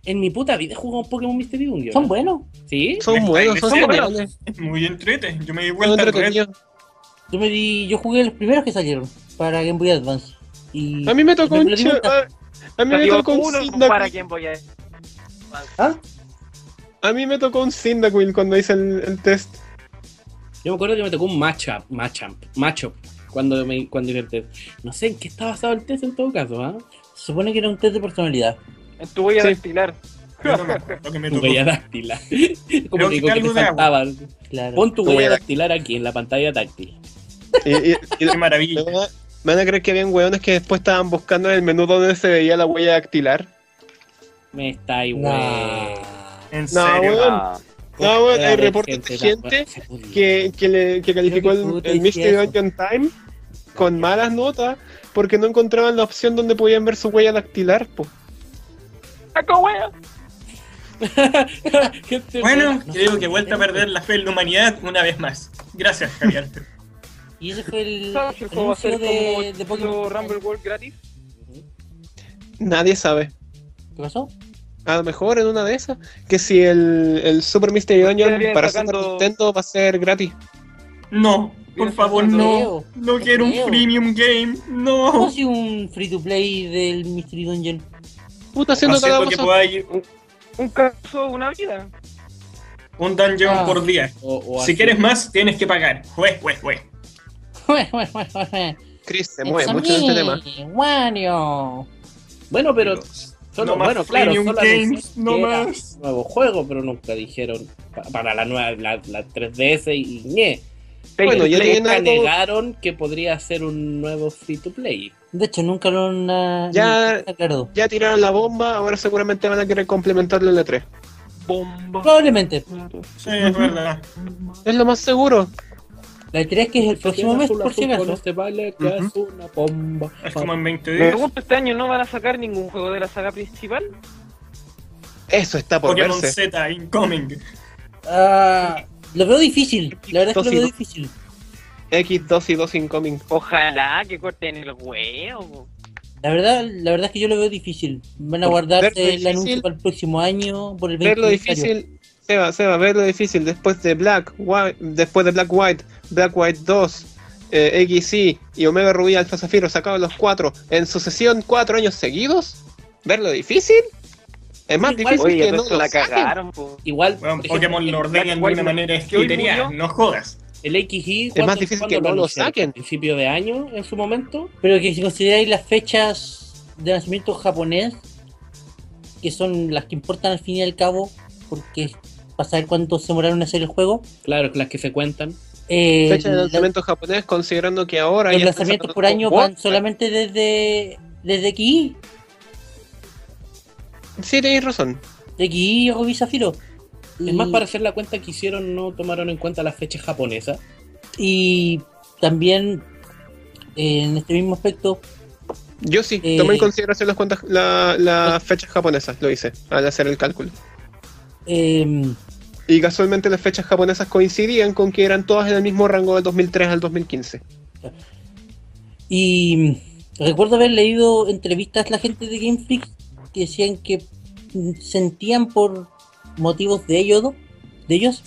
[SPEAKER 3] En mi puta vida he jugado a Pokémon Mystery Dungeon.
[SPEAKER 2] Son buenos.
[SPEAKER 3] ¿Sí?
[SPEAKER 4] Son buenos, son
[SPEAKER 6] Son
[SPEAKER 5] buenos.
[SPEAKER 4] geniales,
[SPEAKER 6] Es Muy entrete, yo me di
[SPEAKER 4] son
[SPEAKER 6] vuelta al red.
[SPEAKER 4] entretenidos.
[SPEAKER 2] Yo me di, yo jugué los primeros que salieron para Game Boy Advance. Y
[SPEAKER 4] A mí me tocó
[SPEAKER 2] Me
[SPEAKER 4] un
[SPEAKER 2] lo di
[SPEAKER 4] ch-
[SPEAKER 2] vuelta.
[SPEAKER 4] a, a mí me
[SPEAKER 5] Santiago,
[SPEAKER 4] tocó un
[SPEAKER 5] uno para
[SPEAKER 4] Cyndaquil.
[SPEAKER 5] quien voy a
[SPEAKER 4] A mí me tocó un Cyndaquil cuando hice el, el test.
[SPEAKER 3] Yo me acuerdo que me tocó un matchup, matchup, matchup. Cuando me cuando hice el test. No sé en qué está basado el test en todo caso, ¿ah?
[SPEAKER 2] se supone que era un test de personalidad.
[SPEAKER 5] En tu huella
[SPEAKER 4] Sí.
[SPEAKER 5] dactilar.
[SPEAKER 6] Yo no me acuerdo que me
[SPEAKER 3] Tu
[SPEAKER 6] tocó.
[SPEAKER 3] huella dactilar. Como
[SPEAKER 6] Creo
[SPEAKER 3] que,
[SPEAKER 6] que
[SPEAKER 3] como que
[SPEAKER 6] algo
[SPEAKER 3] te
[SPEAKER 6] de agua.
[SPEAKER 3] faltaba.
[SPEAKER 2] Claro.
[SPEAKER 3] Pon tu
[SPEAKER 4] Tu
[SPEAKER 3] huella
[SPEAKER 4] huella
[SPEAKER 3] dactilar aquí en la pantalla táctil.
[SPEAKER 4] Y, y- y-
[SPEAKER 6] Qué
[SPEAKER 4] me,
[SPEAKER 6] maravilla.
[SPEAKER 4] van a, me van a creer que habían hueones que después estaban buscando en el menú donde se veía la huella dactilar.
[SPEAKER 3] Me está
[SPEAKER 2] Nah.
[SPEAKER 3] igual.
[SPEAKER 6] En
[SPEAKER 4] No,
[SPEAKER 6] serio.
[SPEAKER 4] weón. No, bueno, hay reportes de gente que, que, le, que calificó
[SPEAKER 2] Creo que
[SPEAKER 4] el,
[SPEAKER 2] puta
[SPEAKER 4] el
[SPEAKER 2] hice
[SPEAKER 4] Mystery
[SPEAKER 2] eso.
[SPEAKER 4] Dungeon Time con malas notas porque no encontraban la opción donde podían ver su huella dactilar. Po.
[SPEAKER 5] ¡Saco hueá!
[SPEAKER 3] Gente,
[SPEAKER 6] Bueno, creo que vuelta a perder la fe en la humanidad una vez más. Gracias, Javier.
[SPEAKER 2] Y ese fue el
[SPEAKER 5] ¿Sabes si el juego va a ser
[SPEAKER 2] anuncio de, de
[SPEAKER 5] como
[SPEAKER 2] Pokémon.
[SPEAKER 5] los Rumble World gratis?
[SPEAKER 4] Nadie sabe.
[SPEAKER 2] ¿Qué pasó?
[SPEAKER 4] A lo mejor en una de esas, que si el, el Super Mystery Dungeon
[SPEAKER 5] vienen
[SPEAKER 4] para
[SPEAKER 5] sacando-
[SPEAKER 4] Super Nintendo va a ser gratis.
[SPEAKER 6] No, por
[SPEAKER 5] Mira,
[SPEAKER 6] favor,
[SPEAKER 2] no
[SPEAKER 6] no.
[SPEAKER 2] creo,
[SPEAKER 6] No
[SPEAKER 2] no
[SPEAKER 6] quiero un
[SPEAKER 2] creo.
[SPEAKER 6] freemium game.
[SPEAKER 2] ¿Cómo
[SPEAKER 6] No.
[SPEAKER 2] ha sido un free to play del Mystery Dungeon?
[SPEAKER 4] Puta, haciendo cada
[SPEAKER 6] Haciendo que
[SPEAKER 4] cosa.
[SPEAKER 6] pueda ir
[SPEAKER 5] Un caso, una vida.
[SPEAKER 6] un dungeon
[SPEAKER 2] Ah.
[SPEAKER 6] por día.
[SPEAKER 3] O- o
[SPEAKER 6] Si
[SPEAKER 3] así.
[SPEAKER 6] quieres más, tienes que pagar. Jue, jue, jue.
[SPEAKER 4] Chris se mueve mucho en este tema.
[SPEAKER 2] Wario.
[SPEAKER 3] Bueno, pero solo,
[SPEAKER 6] No más
[SPEAKER 3] bueno, claro,
[SPEAKER 6] freemium
[SPEAKER 3] solo
[SPEAKER 6] games,
[SPEAKER 3] anunciaron
[SPEAKER 6] no
[SPEAKER 3] que era
[SPEAKER 6] más.
[SPEAKER 3] un nuevo juego, pero nunca dijeron pa- para la nueva la, la 3DS y ñe.
[SPEAKER 4] Bueno, ya
[SPEAKER 3] Nunca
[SPEAKER 4] tienen algo-
[SPEAKER 3] negaron que podría ser un nuevo free to play.
[SPEAKER 2] De hecho, nunca lo han ah,
[SPEAKER 4] Ya-
[SPEAKER 2] nunca aclarado.
[SPEAKER 4] Ya tiraron la bomba, ahora seguramente van a querer complementarle la E 3.
[SPEAKER 5] Bomba.
[SPEAKER 2] Probablemente.
[SPEAKER 6] Sí, es verdad.
[SPEAKER 4] Es lo más seguro.
[SPEAKER 2] La idea es que es el próximo mes,
[SPEAKER 3] Azul,
[SPEAKER 2] por si
[SPEAKER 3] azul, con
[SPEAKER 2] acaso.
[SPEAKER 3] este vale que es una bomba.
[SPEAKER 6] Es como en 20
[SPEAKER 5] Me
[SPEAKER 6] días.
[SPEAKER 5] pregunto, este año no van a sacar ningún juego de la saga principal.
[SPEAKER 4] Eso está por
[SPEAKER 6] Pokémon
[SPEAKER 4] verse.
[SPEAKER 6] Z incoming.
[SPEAKER 2] Ah, lo veo difícil. La verdad es que lo veo
[SPEAKER 4] Tóxico.
[SPEAKER 2] difícil.
[SPEAKER 4] X2 y 2 incoming.
[SPEAKER 5] Ojalá que corten el huevo.
[SPEAKER 2] La verdad, la verdad es que yo lo veo difícil. Van a
[SPEAKER 4] Por verlo
[SPEAKER 2] guardarse el
[SPEAKER 4] difícil-
[SPEAKER 2] anuncio para el próximo año, por el 20
[SPEAKER 4] Ver lo difícil, Seba, Seba, ver lo difícil después de Black, White, después de Black White, Black White 2, eh, XC y Omega Rubí Alfa Zafiro sacaron los cuatro en sucesión cuatro años seguidos. ¿Ver lo difícil? Es más
[SPEAKER 3] Igual,
[SPEAKER 4] difícil
[SPEAKER 7] Oye,
[SPEAKER 4] que no
[SPEAKER 7] pero
[SPEAKER 4] lo
[SPEAKER 7] la
[SPEAKER 4] saquen.
[SPEAKER 7] cagaron, po.
[SPEAKER 3] Igual,
[SPEAKER 6] Bueno,
[SPEAKER 3] por ejemplo,
[SPEAKER 6] Pokémon lo ordenan de
[SPEAKER 5] Black
[SPEAKER 6] una manera
[SPEAKER 5] que hoy
[SPEAKER 6] escritería.
[SPEAKER 5] murió.
[SPEAKER 6] No jodas.
[SPEAKER 3] el XY
[SPEAKER 4] Es más difícil
[SPEAKER 3] ¿cuándo
[SPEAKER 4] que no lo
[SPEAKER 3] anunciaron?
[SPEAKER 4] saquen.
[SPEAKER 3] ¿A principio de año en su momento.
[SPEAKER 2] Pero que si consideráis las fechas de nacimiento japonés, que son las que importan al fin y al cabo, porque es para saber cuánto se demoraron en hacer el juego,
[SPEAKER 3] Claro, las que se cuentan.
[SPEAKER 2] eh,
[SPEAKER 4] Fecha de
[SPEAKER 2] la-
[SPEAKER 4] lanzamiento japonés, considerando que ahora.
[SPEAKER 2] los
[SPEAKER 4] ya están
[SPEAKER 2] lanzamientos
[SPEAKER 4] sacando
[SPEAKER 2] por año
[SPEAKER 4] juegos.
[SPEAKER 2] van solamente desde, desde aquí,
[SPEAKER 4] Sí, tenéis razón.
[SPEAKER 2] de aquí o Zafiro.
[SPEAKER 3] Es más, para hacer la cuenta que hicieron, no tomaron en cuenta las fechas japonesas.
[SPEAKER 2] Y también eh, en este mismo aspecto,
[SPEAKER 4] Yo sí,
[SPEAKER 2] Eh.
[SPEAKER 4] tomé en consideración las cuentas, la- las fechas japonesas, lo hice, al hacer el cálculo.
[SPEAKER 2] eh,
[SPEAKER 4] Y casualmente las fechas japonesas coincidían con que eran todas en el mismo rango del 2003 al 2015.
[SPEAKER 2] Y mm, recuerdo haber leído entrevistas a la gente de Game Freak que decían que mm, sentían por motivos de ellos, ¿no? de ellos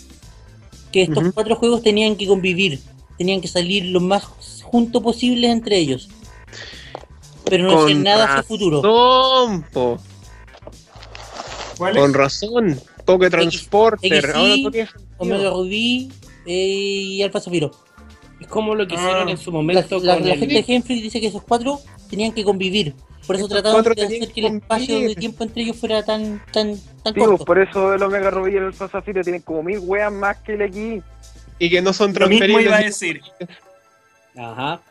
[SPEAKER 2] que estos
[SPEAKER 4] Ujú.
[SPEAKER 2] cuatro juegos tenían que convivir, tenían que salir lo más juntos posible entre ellos. Pero no hacían nada hacia el futuro.
[SPEAKER 4] razón, po.
[SPEAKER 6] ¿Cuál es?
[SPEAKER 4] Con razón. Poké Transporter.
[SPEAKER 2] XY,
[SPEAKER 4] Ahora no tiene
[SPEAKER 2] Omega
[SPEAKER 4] sentido.
[SPEAKER 2] Rubí eh, y Alfa Zafiro.
[SPEAKER 3] Es como lo que hicieron
[SPEAKER 6] Ah.
[SPEAKER 3] en su
[SPEAKER 2] La,
[SPEAKER 3] momento
[SPEAKER 2] la-
[SPEAKER 3] con
[SPEAKER 2] la
[SPEAKER 3] el-
[SPEAKER 2] gente de Game Freak dice que esos cuatro tenían que convivir. Por eso
[SPEAKER 4] Estos
[SPEAKER 2] trataron
[SPEAKER 4] cuatro
[SPEAKER 2] de
[SPEAKER 4] tenían
[SPEAKER 2] hacer que
[SPEAKER 4] que
[SPEAKER 2] el espacio de
[SPEAKER 4] convivir.
[SPEAKER 2] tiempo entre ellos fuera tan, tan, tan
[SPEAKER 5] Digo,
[SPEAKER 2] corto.
[SPEAKER 5] por eso el Omega Rubí y el Alfa Zafiro tienen como mil weas más que el aquí.
[SPEAKER 4] Y que no son
[SPEAKER 6] Lo mismo iba a
[SPEAKER 4] transferibles.
[SPEAKER 6] decir.
[SPEAKER 3] Ajá.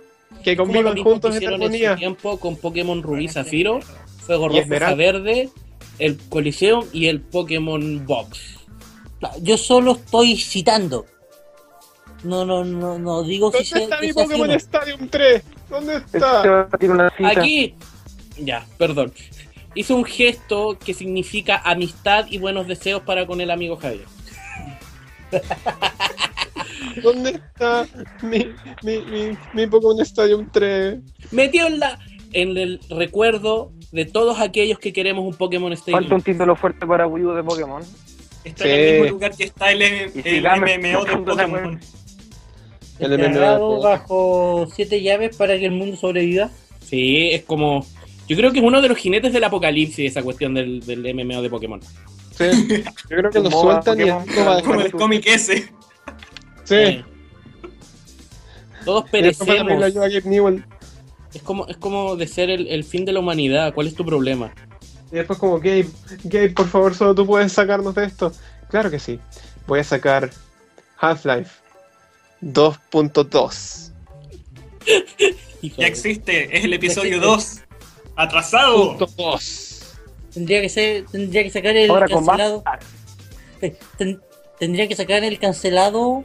[SPEAKER 4] Que
[SPEAKER 3] Como lo
[SPEAKER 4] convivan
[SPEAKER 3] mismo
[SPEAKER 4] juntos
[SPEAKER 3] que
[SPEAKER 4] en
[SPEAKER 3] hicieron en
[SPEAKER 4] armonía.
[SPEAKER 3] su tiempo con Pokémon Rubí Zafiro, Fuego
[SPEAKER 4] Y
[SPEAKER 3] Rojo
[SPEAKER 4] Esmeralda.
[SPEAKER 3] Verde, el Coliseum y el Pokémon Box.
[SPEAKER 2] Claro, Yo solo estoy citando. No, no, no, no digo si
[SPEAKER 4] ¿Dónde
[SPEAKER 2] se
[SPEAKER 4] está
[SPEAKER 2] que
[SPEAKER 4] mi
[SPEAKER 2] sea así o
[SPEAKER 4] Pokémon
[SPEAKER 2] no.
[SPEAKER 4] Stadium 3? ¿Dónde
[SPEAKER 5] Este
[SPEAKER 4] está?
[SPEAKER 5] va a tirar una cita.
[SPEAKER 3] Aquí. Ya, perdón. Hizo un gesto que significa amistad y buenos deseos para con el amigo Javier.
[SPEAKER 4] ¿Dónde está mi, mi, mi, mi Pokémon Stadium 3?
[SPEAKER 3] Metió en la. En el recuerdo de todos aquellos que queremos un Pokémon
[SPEAKER 5] Falta
[SPEAKER 3] Stadium.
[SPEAKER 5] un título fuerte para Wii U de Pokémon.
[SPEAKER 6] Está en el
[SPEAKER 4] Sí.
[SPEAKER 6] mismo lugar que está el, el
[SPEAKER 5] Y sigamos
[SPEAKER 6] MMO de
[SPEAKER 5] buscando esa
[SPEAKER 6] Pokémon.
[SPEAKER 4] El
[SPEAKER 2] Encerrado
[SPEAKER 4] MMO.
[SPEAKER 2] bajo siete llaves para que el mundo sobreviva.
[SPEAKER 3] Sí, es como. Yo creo que es uno de los jinetes del apocalipsis, esa cuestión del, del MMO de Pokémon.
[SPEAKER 4] Sí. Yo creo que lo
[SPEAKER 5] Moda
[SPEAKER 4] sueltan y
[SPEAKER 5] Pokémon.
[SPEAKER 4] esto va a
[SPEAKER 6] Como
[SPEAKER 4] dejar.
[SPEAKER 6] el cómic ese.
[SPEAKER 4] Sí.
[SPEAKER 3] Eh, todos
[SPEAKER 4] Esto fue la
[SPEAKER 3] perecemos.
[SPEAKER 4] regla yo a Gabe Newell.
[SPEAKER 3] Es como, es como de ser el, el fin de la humanidad. ¿Cuál es tu problema?
[SPEAKER 4] Y después como, Gabe, Gabe, por favor, solo tú puedes sacarnos de esto. Claro que sí. Voy a sacar Half-Life 2.2.
[SPEAKER 3] Hijo
[SPEAKER 6] Ya
[SPEAKER 3] de-
[SPEAKER 6] existe. Es el episodio
[SPEAKER 2] existe.
[SPEAKER 6] 2. Atrasado.
[SPEAKER 2] Tendría que ser, tendría que sacar el
[SPEAKER 5] Ahora con más.
[SPEAKER 2] cancelado. eh, Ten- tendría que sacar el cancelado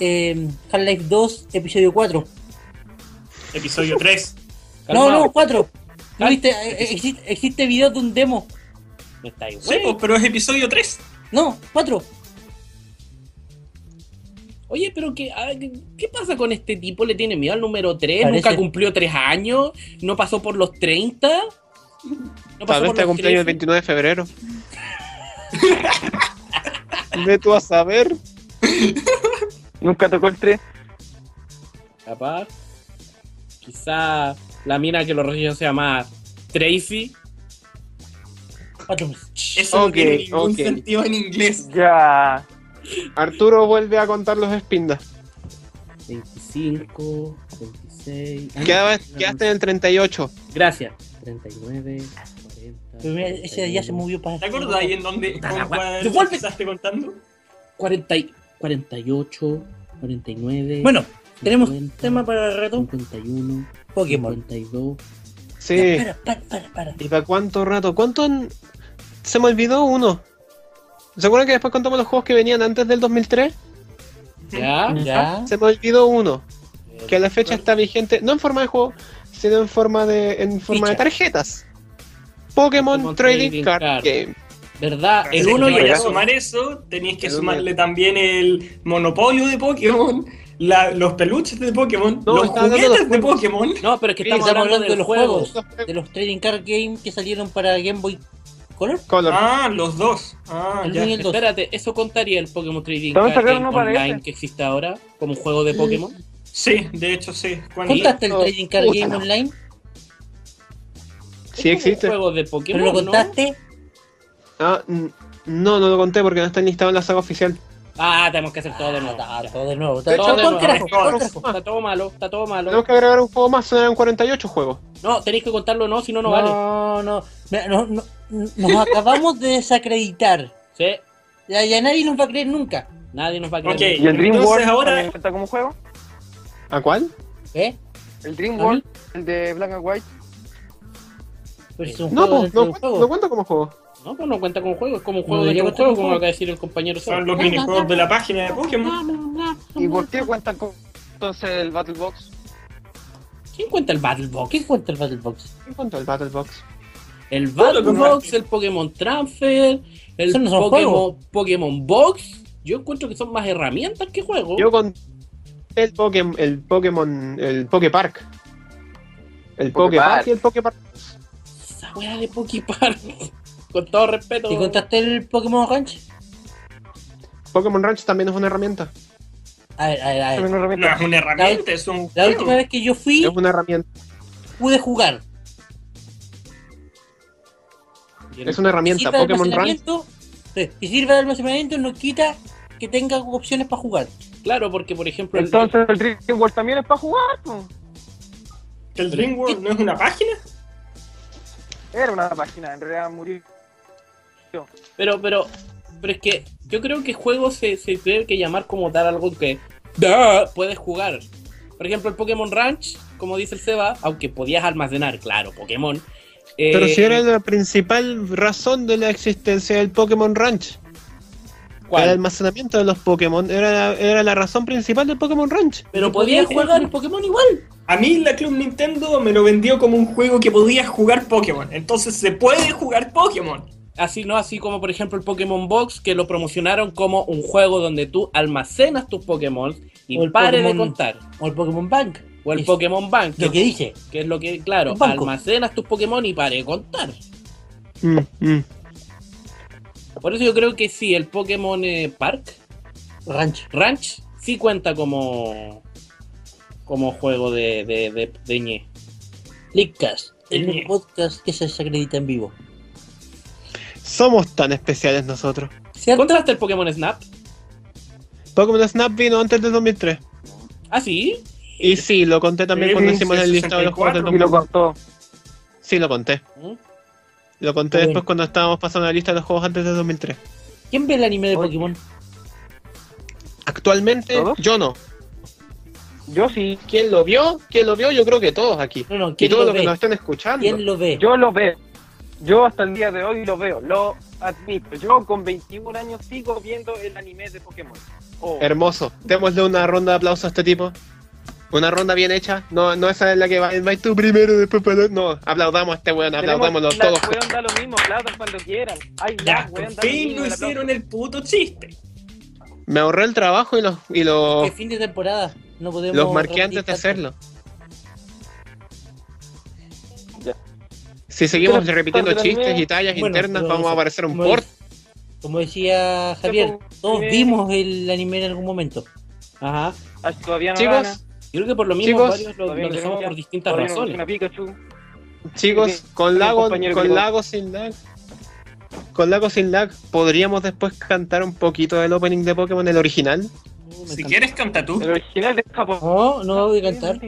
[SPEAKER 2] eh, Half-Life 2, episodio 4.
[SPEAKER 6] Episodio 3.
[SPEAKER 3] Calma,
[SPEAKER 2] No, no, 4. ¿No
[SPEAKER 3] Cal-
[SPEAKER 2] viste? Eh, eh, existe, existe video de un demo.
[SPEAKER 3] me estáis
[SPEAKER 6] Sí, pues,
[SPEAKER 3] huevo.
[SPEAKER 6] pero es episodio 3.
[SPEAKER 2] No, 4.
[SPEAKER 3] Oye, pero ¿qué, ah, qué- qué pasa con este tipo? ¿Le tiene miedo al número 3?
[SPEAKER 2] Parece-
[SPEAKER 3] ¿Nunca cumplió 3 años? ¿No pasó por los 30? ¿No
[SPEAKER 4] Tal vez
[SPEAKER 3] por
[SPEAKER 4] te
[SPEAKER 3] los
[SPEAKER 4] cumpleaños el
[SPEAKER 3] 13?
[SPEAKER 4] 29 de febrero. Ve tú a saber.
[SPEAKER 5] Nunca tocó el 3.
[SPEAKER 3] Capaz. Quizá la mina que lo recibió se llama Tracy.
[SPEAKER 2] Patrons.
[SPEAKER 6] Eso no
[SPEAKER 4] Ok,
[SPEAKER 6] tiene ningún
[SPEAKER 4] ok.
[SPEAKER 6] sentido en inglés.
[SPEAKER 5] Ya.
[SPEAKER 4] Arturo vuelve a contar los espindas.
[SPEAKER 3] 25, 26. ah, no,
[SPEAKER 4] Quedaba-
[SPEAKER 3] no, no.
[SPEAKER 4] quedaste en el 38.
[SPEAKER 3] Gracias. 39, 40.
[SPEAKER 2] Pero mira, ese ya se
[SPEAKER 3] 41.
[SPEAKER 2] movió para.
[SPEAKER 6] ¿Te acuerdas ahí en donde
[SPEAKER 3] Puta la
[SPEAKER 6] con
[SPEAKER 3] gua-
[SPEAKER 6] cuál
[SPEAKER 3] ¡Se vuelve!
[SPEAKER 6] empezaste contando?
[SPEAKER 3] 40, y- 48, 49.
[SPEAKER 2] Bueno, tenemos
[SPEAKER 3] 50,
[SPEAKER 2] tema para el rato.
[SPEAKER 3] 51,
[SPEAKER 2] Pokémon.
[SPEAKER 3] 52.
[SPEAKER 4] Sí.
[SPEAKER 2] Ya, para, para, para, para.
[SPEAKER 4] ¿Y para cuánto rato? ¿Cuánto? en- Se me olvidó uno. ¿Se acuerdan que después contamos los juegos que venían antes del 2003?
[SPEAKER 3] Ya,
[SPEAKER 2] Ya.
[SPEAKER 4] Se me olvidó uno. Que a la fecha está vigente, no en forma de juego, sino en forma de, en forma de
[SPEAKER 2] Ficha.
[SPEAKER 4] tarjetas. Pokémon,
[SPEAKER 3] Pokémon
[SPEAKER 4] Trading,
[SPEAKER 3] Trading
[SPEAKER 4] Card,
[SPEAKER 3] Card.
[SPEAKER 4] Game.
[SPEAKER 3] ¿Verdad?
[SPEAKER 6] Es
[SPEAKER 3] El 1 y el
[SPEAKER 6] para
[SPEAKER 3] 2.
[SPEAKER 6] sumar eso, tenías que
[SPEAKER 4] El uno y
[SPEAKER 6] sumarle también el monopolio de Pokémon, la- los peluches de Pokémon,
[SPEAKER 4] No,
[SPEAKER 6] los
[SPEAKER 4] estaba hablando de
[SPEAKER 6] juguetes
[SPEAKER 4] los
[SPEAKER 6] de Pokémon.
[SPEAKER 3] No, pero es que
[SPEAKER 4] Sí,
[SPEAKER 3] estamos,
[SPEAKER 2] estamos
[SPEAKER 3] hablando, de los juegos.
[SPEAKER 2] De los trading card game que salieron para Game Boy Color.
[SPEAKER 4] Color.
[SPEAKER 6] Ah, los dos. Ah,
[SPEAKER 2] El
[SPEAKER 6] ya.
[SPEAKER 2] uno y el dos.
[SPEAKER 3] Espérate, ¿eso contaría el Pokémon Trading
[SPEAKER 5] Vamos a
[SPEAKER 3] Card
[SPEAKER 5] sacar
[SPEAKER 3] Game
[SPEAKER 5] uno para
[SPEAKER 3] Online
[SPEAKER 5] ese.
[SPEAKER 3] que existe ahora como un juego de Pokémon?
[SPEAKER 6] Sí, de hecho sí. Cuando-
[SPEAKER 2] ¿Contaste el
[SPEAKER 4] Oh,
[SPEAKER 2] trading card
[SPEAKER 4] puta,
[SPEAKER 2] game
[SPEAKER 4] no.
[SPEAKER 2] online?
[SPEAKER 4] sí
[SPEAKER 2] Este
[SPEAKER 4] existe.
[SPEAKER 3] Un juego de
[SPEAKER 2] ¿Pero
[SPEAKER 3] Pokémon,
[SPEAKER 2] lo
[SPEAKER 3] ¿no?
[SPEAKER 2] contaste?
[SPEAKER 4] Ah, n- no, no lo conté porque no está enlistado en la saga oficial.
[SPEAKER 3] Ah, tenemos que hacer todo de
[SPEAKER 2] Ah,
[SPEAKER 3] nuevo.
[SPEAKER 2] ta-
[SPEAKER 3] Ya.
[SPEAKER 2] todo de nuevo.
[SPEAKER 4] De
[SPEAKER 2] ta-
[SPEAKER 4] hecho,
[SPEAKER 2] todo
[SPEAKER 3] de
[SPEAKER 2] el
[SPEAKER 3] nuevo,
[SPEAKER 2] carajo,
[SPEAKER 4] es
[SPEAKER 2] todo el
[SPEAKER 4] todo.
[SPEAKER 2] carajo.
[SPEAKER 3] Está todo malo, está todo malo.
[SPEAKER 4] Tenemos que agregar un juego más, son eran 48 juegos.
[SPEAKER 3] No, tenéis que contarlo, no, si no, no
[SPEAKER 2] No,
[SPEAKER 3] vale.
[SPEAKER 2] no, Mira, no, no, Nos acabamos de desacreditar.
[SPEAKER 3] Sí,
[SPEAKER 2] Ya, ya nadie nos va a creer nunca.
[SPEAKER 3] nadie nos va a
[SPEAKER 6] Ok,
[SPEAKER 3] creer.
[SPEAKER 5] ¿Y el Dream
[SPEAKER 6] Entonces
[SPEAKER 5] World
[SPEAKER 6] ahora-
[SPEAKER 5] también cuenta como juego?
[SPEAKER 4] ¿A cuál?
[SPEAKER 2] ¿Eh?
[SPEAKER 5] ¿El Dream
[SPEAKER 3] ¿A
[SPEAKER 5] World? ¿El de Black and White?
[SPEAKER 2] Pero es un
[SPEAKER 4] No,
[SPEAKER 2] juego
[SPEAKER 4] pues,
[SPEAKER 2] dentro de
[SPEAKER 4] no,
[SPEAKER 2] un
[SPEAKER 4] cuenta-
[SPEAKER 2] juego.
[SPEAKER 4] no cuenta como juego.
[SPEAKER 3] No, pues no cuenta con juego, es como un
[SPEAKER 2] No
[SPEAKER 3] juego de
[SPEAKER 2] debería
[SPEAKER 3] un
[SPEAKER 2] contar
[SPEAKER 3] juego,
[SPEAKER 2] con
[SPEAKER 3] como
[SPEAKER 2] juego.
[SPEAKER 3] acaba de decir el compañero.
[SPEAKER 6] Son
[SPEAKER 3] Seba.
[SPEAKER 6] los minijuegos de la página de Pokémon.
[SPEAKER 5] ¿Y por qué cuentan con entonces el Battle Box?
[SPEAKER 3] ¿Quién cuenta el Battle Box?
[SPEAKER 2] ¿Qué cuenta el Battle Box?
[SPEAKER 4] ¿Qué cuenta el Battle Box?
[SPEAKER 3] El
[SPEAKER 6] Todo
[SPEAKER 3] Battle
[SPEAKER 6] lo que
[SPEAKER 3] Box,
[SPEAKER 6] marque.
[SPEAKER 3] el Pokémon Transfer, el
[SPEAKER 2] Eso no son
[SPEAKER 3] Pokémon, Pokémon Box. Yo encuentro que son más herramientas que juegos.
[SPEAKER 4] Yo conté el Pokémon, el Pokémon, el Poképark. El Poképark
[SPEAKER 7] Poképark.
[SPEAKER 4] y el Poképark.
[SPEAKER 3] Esa weá de Poképar. Con todo respeto.
[SPEAKER 2] ¿Y contaste el Pokémon Ranch?
[SPEAKER 4] Pokémon Ranch también es una herramienta.
[SPEAKER 2] A ver, a ver, a ver.
[SPEAKER 5] También una
[SPEAKER 6] No
[SPEAKER 5] herramienta.
[SPEAKER 6] es una herramienta, es un
[SPEAKER 2] La
[SPEAKER 6] juego.
[SPEAKER 2] última vez que yo fui,
[SPEAKER 4] Es una herramienta.
[SPEAKER 2] pude jugar.
[SPEAKER 3] Y el-
[SPEAKER 4] Es una herramienta.
[SPEAKER 2] Sirve de
[SPEAKER 4] Pokémon Ranch.
[SPEAKER 2] almacenamiento, sí, y sirve de almacenamiento, no quita que tenga opciones para jugar.
[SPEAKER 3] Claro, porque por ejemplo. el-
[SPEAKER 5] Entonces el Dream World también es para jugar, po.
[SPEAKER 6] ¿Que el Dream World no es una página?
[SPEAKER 5] Era una página, en realidad murió.
[SPEAKER 3] Pero, pero. Pero es que yo creo que juegos se, se tiene que llamar como tal algo que. ¡Duh! Puedes jugar. Por ejemplo, el Pokémon Ranch, como dice el Seba, aunque podías almacenar, claro, Pokémon. eh,
[SPEAKER 4] Pero si era la principal razón de la existencia del Pokémon Ranch.
[SPEAKER 3] ¿cuál?
[SPEAKER 4] El almacenamiento de los Pokémon era la, era la razón principal del Pokémon Ranch.
[SPEAKER 3] Pero
[SPEAKER 2] Y podías
[SPEAKER 3] podías jugar
[SPEAKER 2] jugar
[SPEAKER 3] el Pokémon igual.
[SPEAKER 6] A mí la Club Nintendo me lo vendió como un juego que podía jugar Pokémon. Entonces se puede jugar Pokémon.
[SPEAKER 3] Así no, así como por ejemplo el Pokémon Box, que lo promocionaron como un juego donde tú almacenas tus Pokémon
[SPEAKER 2] O
[SPEAKER 3] y
[SPEAKER 2] el
[SPEAKER 3] pare de
[SPEAKER 2] Pokémon-
[SPEAKER 3] contar.
[SPEAKER 2] O el Pokémon Bank.
[SPEAKER 3] O el
[SPEAKER 2] Es
[SPEAKER 3] Pokémon Bank,
[SPEAKER 2] Lo que dije.
[SPEAKER 3] que es lo que, claro,
[SPEAKER 2] Un banco.
[SPEAKER 3] almacenas tus Pokémon y pare de contar.
[SPEAKER 4] Mm, mm.
[SPEAKER 3] Por eso yo creo que sí, el Pokémon eh, Park,
[SPEAKER 2] Ranch.
[SPEAKER 3] Ranch, sí cuenta como como juego de, de, de, de ñe.
[SPEAKER 2] Leakcast.
[SPEAKER 6] Sí.
[SPEAKER 2] El podcast que se desacredita en vivo.
[SPEAKER 4] Somos tan especiales nosotros.
[SPEAKER 2] ¿Cierto?
[SPEAKER 3] ¿Contraste el Pokémon Snap?
[SPEAKER 4] Pokémon Snap vino antes del 2003.
[SPEAKER 3] Ah, sí.
[SPEAKER 4] Y sí, lo conté también
[SPEAKER 6] Sí,
[SPEAKER 4] cuando hicimos el listado de los juegos del
[SPEAKER 6] 64.
[SPEAKER 5] Y lo
[SPEAKER 4] 2003.
[SPEAKER 5] contó.
[SPEAKER 4] Sí, lo conté.
[SPEAKER 3] ¿Mm?
[SPEAKER 4] Lo conté
[SPEAKER 2] Bueno.
[SPEAKER 4] después cuando estábamos pasando la lista de los juegos antes del 2003.
[SPEAKER 2] ¿Quién ve el anime de
[SPEAKER 5] Oye.
[SPEAKER 2] Pokémon?
[SPEAKER 4] Actualmente,
[SPEAKER 5] ¿Todo?
[SPEAKER 4] yo no.
[SPEAKER 5] Yo sí,
[SPEAKER 4] ¿Quién lo vio? ¿Quién lo vio? Yo creo que todos aquí.
[SPEAKER 2] No, no,
[SPEAKER 4] Y
[SPEAKER 2] ¿quién
[SPEAKER 4] todos
[SPEAKER 2] lo
[SPEAKER 4] los que
[SPEAKER 2] ve?
[SPEAKER 4] nos están escuchando.
[SPEAKER 2] ¿Quién lo ve?
[SPEAKER 5] yo lo veo. Yo hasta el día de hoy lo veo, lo admito. Yo con 21 años sigo viendo el anime de Pokémon. Oh,
[SPEAKER 4] Hermoso. Démosle una ronda de aplausos a este tipo. Una ronda bien hecha. No, no esa es la que va, vais tú primero, después para- No, aplaudamos a este weón, aplaudámoslo
[SPEAKER 5] la
[SPEAKER 4] todos.
[SPEAKER 5] weón da lo mismo, aplaudan cuando quieran. Ay, la
[SPEAKER 6] Ya, por
[SPEAKER 5] weón da lo
[SPEAKER 6] fin
[SPEAKER 5] mismo.
[SPEAKER 6] no
[SPEAKER 5] el aplauso.
[SPEAKER 6] hicieron el puto chiste.
[SPEAKER 4] Me ahorré el trabajo y los, y los,
[SPEAKER 2] Que fin de temporada. No podemos.
[SPEAKER 4] Oh.
[SPEAKER 2] pues.
[SPEAKER 4] los marqué antes de
[SPEAKER 2] repetir tanto.
[SPEAKER 4] hacerlo.
[SPEAKER 5] Ya.
[SPEAKER 4] Si seguimos
[SPEAKER 5] Pero,
[SPEAKER 4] repitiendo
[SPEAKER 5] pero
[SPEAKER 4] chistes
[SPEAKER 5] también-
[SPEAKER 4] y tallas
[SPEAKER 2] Bueno,
[SPEAKER 4] internas,
[SPEAKER 2] pero,
[SPEAKER 4] vamos a aparecer un
[SPEAKER 2] como
[SPEAKER 4] port.
[SPEAKER 2] de- Como decía
[SPEAKER 3] pues.
[SPEAKER 2] Javier, todos
[SPEAKER 5] Javier.
[SPEAKER 2] vimos el anime en algún momento.
[SPEAKER 3] Ajá.
[SPEAKER 5] Ash Ah, todavía no gana.
[SPEAKER 4] Chicos,
[SPEAKER 3] Yo creo que por lo mismo
[SPEAKER 4] Chicos,
[SPEAKER 3] varios lo,
[SPEAKER 5] todavía
[SPEAKER 3] lo
[SPEAKER 5] no
[SPEAKER 3] dejamos
[SPEAKER 5] tenemos-
[SPEAKER 3] por distintas
[SPEAKER 5] todavía no
[SPEAKER 3] razones.
[SPEAKER 5] menciona a Pikachu.
[SPEAKER 4] Chicos,
[SPEAKER 5] Ok,
[SPEAKER 4] con
[SPEAKER 5] tengo un
[SPEAKER 4] lago,
[SPEAKER 5] compañero que
[SPEAKER 4] con
[SPEAKER 5] lo-
[SPEAKER 4] lago sin lag. Con lago sin lag, ¿podríamos después cantar un poquito del opening de Pokémon, el original?
[SPEAKER 2] No, me
[SPEAKER 6] Si
[SPEAKER 2] encanta.
[SPEAKER 6] quieres, canta tú.
[SPEAKER 5] El original de Japón.
[SPEAKER 2] No, no voy a cantar.